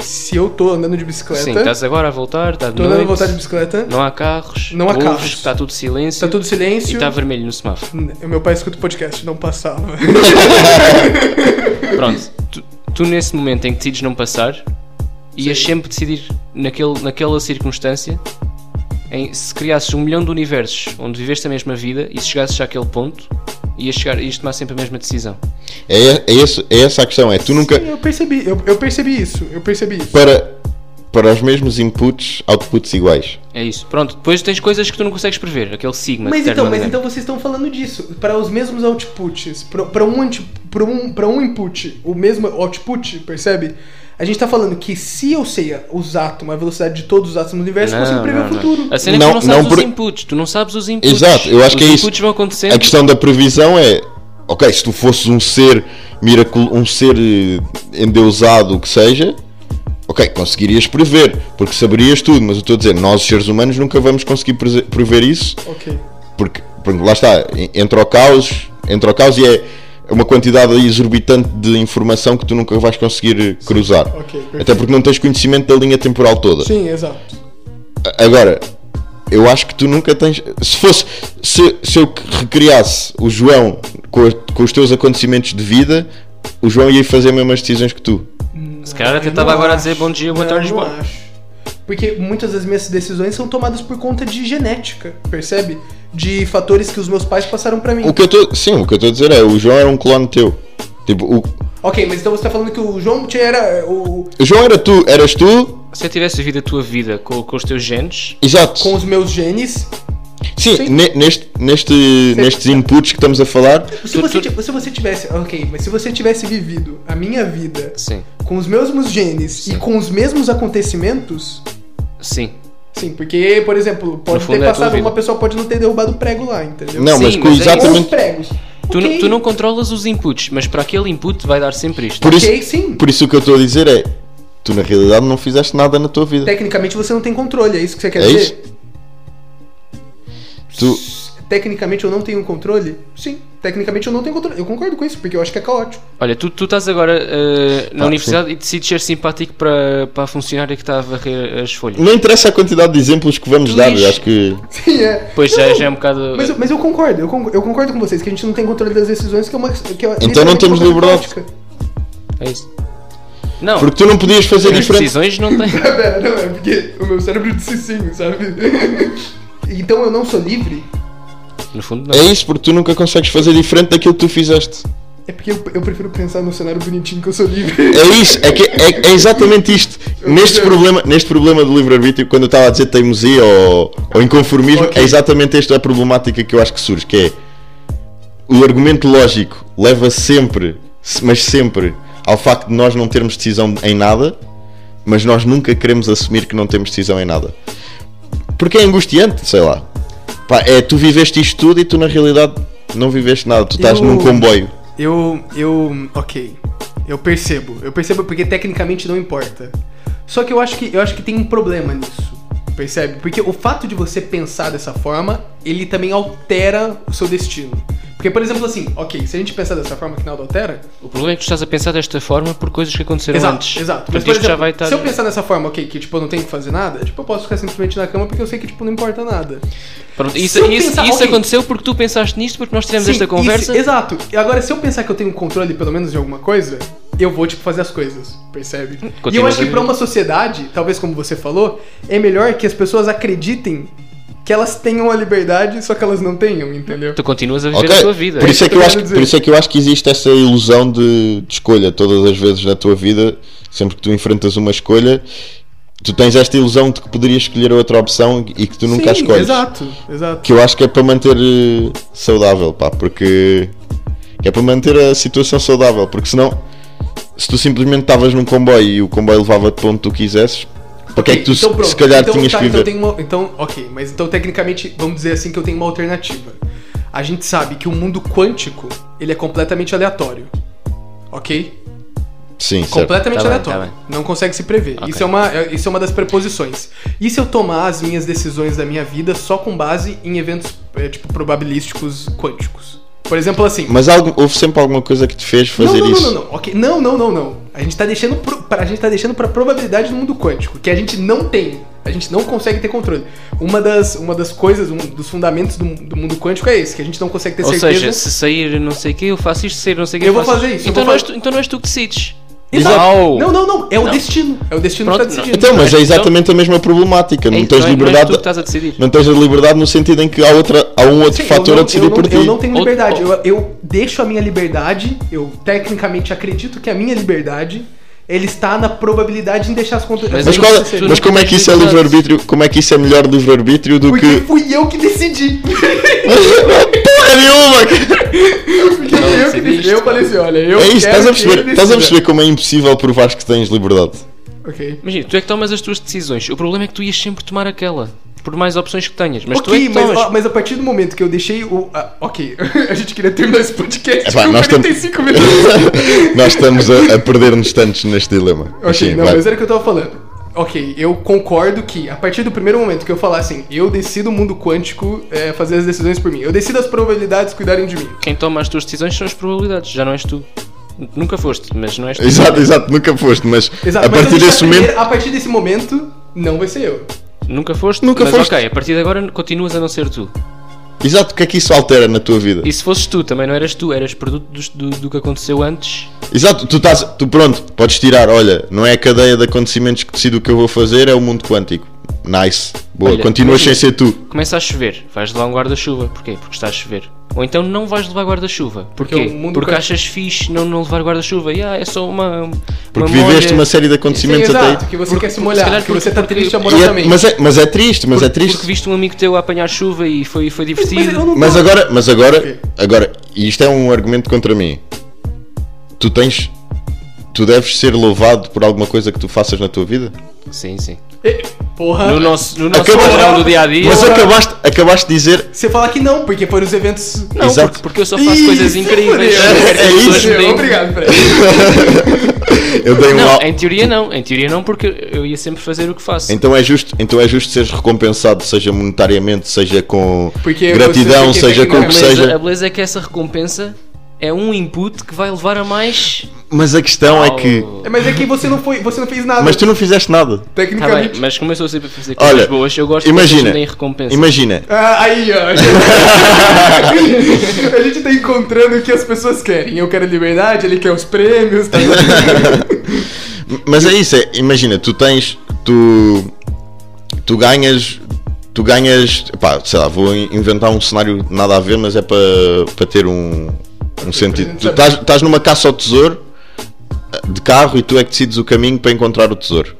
Se eu tô andando de bicicleta, Sim, estás agora a voltar, está de tô andando a noite, voltar de bicicleta, não há carros, Não há ouves, carros. está tudo silêncio tá tudo e silêncio. está vermelho no semáforo. N- Meu pai escuta o podcast, não passava. Pronto, tu, tu nesse momento em que decides não passar, ias sempre decidir naquele, naquela circunstância, em, se criasses um milhão de universos onde viveste a mesma vida e se chegasses àquele ponto, ias, chegar, ias tomar sempre a mesma decisão. É, é, esse- é essa a questão, é tu nunca. Sim, eu percebi, eu, eu percebi isso, eu percebi isso. Para, para os mesmos inputs, outputs iguais. É isso. Pronto, depois tens coisas que tu não consegues prever, aquele sigma. Mas que então, mas termina- então vocês estão falando disso. Para os mesmos outputs, para um, anti- pra um, pra um input, o mesmo output, percebe? A gente tá falando que se eu sei a- os átomos, a velocidade de todos os átomos do universo, eu consigo prever o futuro. A cena é que Não, tu não sabes não por- os inputs, tu não sabes os inputs. Exato, eu acho os que é isso. Os inputs vão acontecendo. A questão da previsão é. Ok, se tu fosses um ser miraculo, um ser eh, endeusado, o que seja, ok, conseguirias prever, porque saberias tudo, mas eu estou a dizer, nós os seres humanos nunca vamos conseguir prese- prever isso, Ok. porque, porque lá está, en- entra o caos, entra o caos e é uma quantidade exorbitante de informação que tu nunca vais conseguir cruzar. ok, perfeito. Até porque não tens conhecimento da linha temporal toda. Sim, exato. A- Agora, eu acho que tu nunca tens. Se fosse. Se, se eu recriasse o João com, a- com os teus acontecimentos de vida, o João ia fazer as mesmas decisões que tu. Se calhar até Eu estava não agora a acho. dizer bom dia, boa Não, tarde, não boa. acho. Porque muitas das minhas decisões são tomadas por conta de genética, percebe? De fatores que os meus pais passaram pra mim. O que eu tô, sim, o que eu estou a dizer é: o João era um clone teu. Tipo, o, Ok, mas então você tá falando que o João Butcher era o. o João era tu, eras tu, Se eu tivesse vivido a tua vida com, com os teus genes, exato. com os meus genes. sim, sim. ne- neste, neste, nestes inputs que estamos a falar, Se você, ti- se você tivesse. Ok, mas se você tivesse vivido a minha vida sim, com os mesmos genes e com os mesmos acontecimentos. sim. Sim, porque, por exemplo, pode fundo ter é a tua passado, vida. uma pessoa pode não ter derrubado o prego lá, entendeu? não, Sim, mas com mas é Ou os exatamente. pregos. Tu, Ok, não- tu não controlas os inputs, mas para aquele input vai dar sempre isto. Por isso, Ok, sim. por isso o que eu estou a dizer é: tu na realidade não fizeste nada na tua vida. Tecnicamente você não tem controle, é isso que você quer É isso? dizer? Tu, Tecnicamente eu não tenho controle? Sim, tecnicamente eu não tenho controle. Eu concordo com isso, porque eu acho que é caótico. Olha, tu, tu estás agora eh, na Ah, universidade e decides ser simpático para, para a funcionária que está a varrer as folhas. não interessa a quantidade de exemplos que vamos Tu dar, és- eu acho que. Sim, é. Pois Não, já, já é um bocado. Mas, eu- mas eu concordo, eu concordo, eu concordo com vocês que a gente não tem controle das decisões, que é uma. Que é Então não temos literalmente liberdade. uma coisa caótica. É isso. Não, Porque tu não podias é fazer as diferente. decisões não têm. Pera, não, é porque o meu cérebro disse sim, sabe? Então eu não sou livre? No fundo, É não. isso, porque tu nunca consegues fazer diferente daquilo que tu fizeste. É porque eu, eu prefiro pensar no cenário bonitinho que eu sou livre. É isso, é, que, é, é exatamente isto. Neste problema, neste problema do livre-arbítrio, quando eu estava a dizer teimosia ou, ou inconformismo, Ok. é exatamente esta a problemática que eu acho que surge, que é o argumento lógico leva sempre, se- mas sempre, ao facto de nós não termos decisão em nada, mas nós nunca queremos assumir que não temos decisão em nada. Porque é angustiante, sei lá. Pá, é, tu viveste isto tudo e tu na realidade não viveste nada, tu estás Eu- num comboio. Eu. Eu. Ok. Eu percebo. Eu percebo porque tecnicamente não importa. Só que eu acho que eu acho que tem um problema nisso. Percebe? Porque o fato de você pensar dessa forma, ele também altera o seu destino. Porque, por exemplo, assim, ok, se a gente pensar dessa forma que nada altera, O problema é que tu estás a pensar desta forma por coisas que aconteceram Exato, antes. exato. Mas, Portanto, por isto exemplo, já vai tá estar. se eu pensar dessa forma, ok, que tipo, eu não tenho que fazer nada, tipo, eu posso ficar simplesmente na cama porque eu sei que tipo, não importa nada. Pronto, se isso, eu isso, pensar- isso ok. aconteceu porque tu pensaste nisto, porque nós tivemos Sim, esta isso, é- conversa. exato. E agora, se eu pensar que eu tenho controle, pelo menos, de alguma coisa, eu vou, tipo, fazer as coisas, percebe? e eu Continua acho que a- pra uma sociedade, talvez como você falou, é melhor que as pessoas acreditem que elas tenham a liberdade, só que elas não tenham, entendeu? Tu continuas a viver Ok, a tua vida. Por isso, é que que eu eu acho, quero por isso dizer. é que eu acho que existe essa ilusão de, de escolha todas as vezes na tua vida, sempre que tu enfrentas uma escolha, tu tens esta ilusão de que poderias escolher outra opção e que tu nunca a Sim, escolhes. Exato, exato. Que eu acho que é para manter eh, saudável, pá, porque é para manter a situação saudável, porque senão se tu simplesmente estavas num comboio e o comboio levava-te para onde tu quisesses, para que é que tu se- pronto. se calhar Então, tinhas tá, que viver? Então, tem uma- então, ok, mas então tecnicamente vamos dizer assim que eu tenho uma alternativa. A gente sabe que o mundo quântico ele é completamente aleatório, ok? Sim, certo. Completamente Tá bem, aleatório. tá bem. Não consegue se prever. Ok. Isso, é uma, é- isso é uma das preposições. E se eu tomar as minhas decisões da minha vida só com base em eventos é, tipo probabilísticos quânticos? Por exemplo, assim. Mas algo- houve sempre alguma coisa que te fez fazer não, não, isso. Não, não, não, ok. Não, não, não, não. A gente tá deixando pro, pra, a gente tá deixando pra probabilidade do mundo quântico, que a gente não tem. A gente não consegue ter controle. Uma das, uma das coisas, um dos fundamentos do, do mundo quântico é esse, que a gente não consegue ter Ou certeza. seja, se sair não sei o que, eu faço isto, se sair não sei o que, Eu vou faço fazer isto. isso, eu Então, vou não és fazer- tu, então não és tu que decides. Exato. Uau! Não, não, não. É o Não. destino. É o destino Pronto, que É não. tá decidindo. Então, mas é Então- exatamente a mesma problemática. Não então, tens não és liberdade. tu que estás a decidir. Não tens a liberdade no sentido em que há, outra, há um outro Sim, fator eu não, a decidir eu não- por ti. Eu não tenho Ou- liberdade. ou- Eu, eu deixo a minha liberdade, eu tecnicamente acredito que é a minha liberdade, ele está na probabilidade em deixar as contas. Mas Mas, eu qual- não sei, tu mas não como é tens que isso é liberdade. livre-arbítrio? Como é que isso é melhor livre-arbítrio do que. Porque fui eu que decidi. Porra nenhuma! cara! Porque eu, que decidi. eu falei assim, olha, eu É isso, quero estás a que perceber? ele Estás a decida. perceber como é impossível provares que tens liberdade. Ok. Imagina, tu é que tomas as tuas decisões. O problema é que tu ias sempre tomar aquela. Por mais opções que tenhas. Mas tu é ok, que mas, tomas. ó, mas a partir do momento que eu deixei o. ah, ok, a gente queria terminar esse podcast Epá, com É, nós tam- 45 É minutos. Nós estamos a, a perder-nos tantos neste dilema. Ok, Sim, não, vai. mas é- era o que eu tava falando. Ok, eu concordo que a partir do primeiro momento que eu falar assim, eu decido o mundo quântico é, fazer as decisões por mim, eu decido as probabilidades cuidarem de mim. Quem toma as tuas decisões são as probabilidades. Já não és tu. Nunca foste, mas não és tu. Exato, exato, nunca foste, mas Exato, a mas partir eu desse decidi momento. primeiro- a partir desse momento, não vai ser eu. Nunca foste, Nunca mas foste. ok, a partir de agora continuas a não ser tu. Exato, o que é que isso altera na tua vida? E se fosses tu, também não eras tu, eras produto dos- do, do que aconteceu antes. Exato, tu estás, tu pronto, podes tirar, olha, não é a cadeia de acontecimentos que decide o que eu vou fazer, é o mundo quântico. Nice, boa, Olha, continuas sem imagina. ser tu. Começa a chover, vais levar um guarda-chuva. Porquê? Porque está a chover. Ou então não vais levar guarda-chuva. Porque é Porquê? o mundo Porque quer- achas fixe não, não levar guarda-chuva. E ah, é só uma. Porque uma viveste molha. uma série de acontecimentos até tá aí. Exato, que você Porque- quer se porque- molhar, se calhar que você tá porque- triste porque- E é- amorosamente. mas, é, mas é triste, mas é triste. Porque viste um amigo teu a apanhar chuva e foi, foi divertido. Mas eu não Mas tô- agora, mas Ok. agora, agora, e isto é um argumento contra mim. Tu tens, tu deves ser louvado por alguma coisa que tu faças na tua vida? Sim, sim. É, Porra. No nosso, no nosso Acabou- padrão do dia a dia. Mas acabaste, acabaste de dizer. Você fala que não, porque foram os eventos. Não, Exato. porque, porque eu só faço Ih, coisas se incríveis. fudeu. Eu não quero que É as pessoas isso. me deem- Obrigado, Fred. Eu dei um Não, é al- em teoria não. Em teoria não, porque eu ia sempre fazer o que faço. Então é justo, então é justo seres recompensado, seja monetariamente, seja com Porque gratidão, você fica seja com o a, que tecnicamente- beleza, a seja. beleza é que essa recompensa é um input que vai levar a mais. Mas a questão é ao- que. É, Mas é que você não foi, você não fez nada. Mas tu não fizeste nada. Tá bem, Tecnicamente. mas como eu sou sempre a fazer coisas Olha, boas, eu gosto imagina, que têm recompensa. Imagina, Ah, aí, ó. a gente tá encontrando o que as pessoas querem. Eu quero liberdade, ele quer os prêmios. Tá... Mas é isso, é, imagina, tu tens, tu, tu ganhas, tu ganhas, pá, sei lá, vou in- inventar um cenário nada a ver, mas é para para ter um, um sentido. Tu estás- estás numa caça ao tesouro eh, de carro e tu é que decides o caminho para encontrar o tesouro.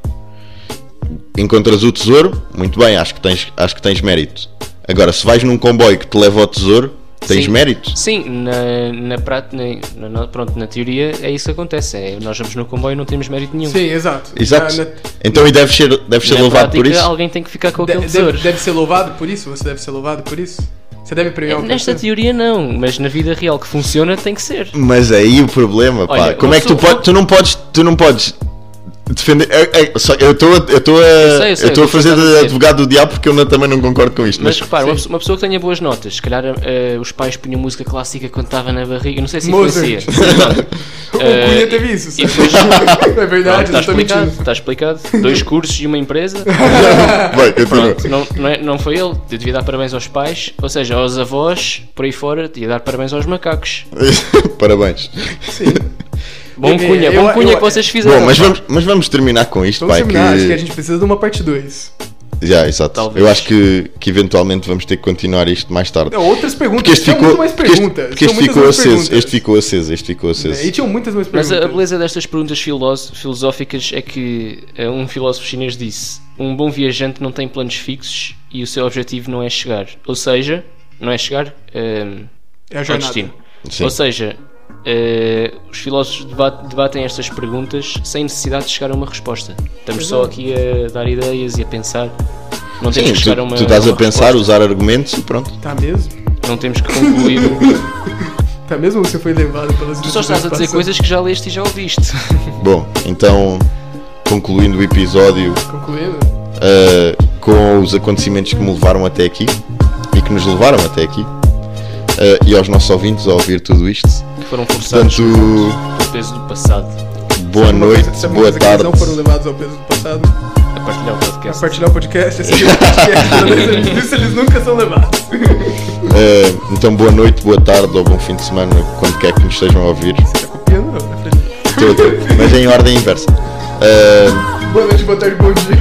Encontras o tesouro, muito bem, acho que tens, acho que tens mérito. Agora, se vais num comboio que te leva ao tesouro, tens Sim. mérito. Sim, na, na, prata- na, na- pronto, na teoria é isso que acontece. É, nós vamos no comboio e não temos mérito nenhum. Sim, exato. Exato. Ah, Na- Então, e deves ser, deves ser na louvado por prática, isso? alguém tem que ficar com aquele De- tesouro. deve, deve ser louvado por isso? Você deve ser louvado por isso? Você deve premiar o É, Nesta professor? teoria não, mas na vida real que funciona tem que ser. Mas aí o problema, pá, Olha, como uma é que tu pessoa- podes, tu não podes, tu não podes defender, é- é- só- eu estou a, eu estou a, sei, eu eu sei, estou a eu sei o que fazer estás a de dizer. advogado do diabo porque eu não- também não concordo com isto, Mas mas, repara, uma, sim. pessoa- uma pessoa que tenha boas notas, se calhar eh, os pais punham música clássica quando estava na barriga, não sei se Mozart. influencia. Pronto. O Eh, Cunha teve isso. e Tá, sabe? depois- é Pronto, verdade, Está não tô explicado, mentindo. está explicado. Dois cursos e uma empresa. vai, continua. Pronto, não, não, é- não foi ele. Eu devia dar parabéns aos pais, ou seja, aos avós, por aí fora, devia dar parabéns aos macacos. Parabéns. Sim. Bom Eu- cunha, eu- bom cunha eu- que vocês fizeram. Bom, mas vamos, mas vamos terminar com isto, Vamos pá, terminar, que... acho que a gente precisa de uma parte 2. Já, exato. Talvez. Eu acho que, que eventualmente vamos ter que continuar isto mais tarde. Outras perguntas, Porque este tinha ficou, muito mais porque este- perguntas. porque este tinha ficou muitas mais aceso, perguntas. este ficou aceso, este ficou aceso. É, E tinham muitas mais Mas perguntas. a, a beleza destas perguntas filosó- filosóficas é que eh, um filósofo chinês disse: um bom viajante não tem planos fixos e o seu objetivo não é chegar. Ou seja, não é chegar eh, É a ao jornada. destino. Sim. Ou seja, eh, os filósofos deba- debatem estas perguntas sem necessidade de chegar a uma resposta. Estamos só aqui a dar ideias e a pensar. Não temos Sim, que tu, chegar a uma. tu estás a uma pensar, resposta. usar argumentos e pronto. Tá mesmo? Não temos que concluir. Tá mesmo ou você foi levado pelas tu só estás a dizer distrações? coisas que já leste e já ouviste. Bom, então concluindo o episódio Concluindo? uh, com os acontecimentos que me levaram até aqui e que nos levaram até aqui uh, e aos nossos ouvintes a ouvir tudo isto. que foram forçados Portanto, pelo peso do passado boa Sabe uma noite, coisa- sabe uma boa coisa que eles tarde. Não foram levados ao peso do passado. a partilhar o A podcast. partilhar o podcast, assistir o podcast, toda vez eles- disso eles nunca são levados. Uh, então, boa noite, boa tarde ou bom fim de semana, quando quer que nos estejam a ouvir. Tá copiando, não, né, Fred? Tudo, mas em ordem inversa. Uh, Boa noite, boa tarde, bom dia.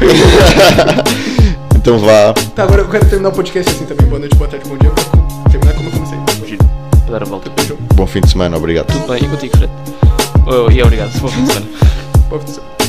então, vá. Tá, agora eu quero terminar o podcast assim também. Boa noite, boa tarde, bom dia. Pra terminar como eu comecei. Para dar a volta. Bom fim de semana, obrigado. Bem, e contigo, Fred? Oh, e obrigado. Boa fim de semana. Boa noite.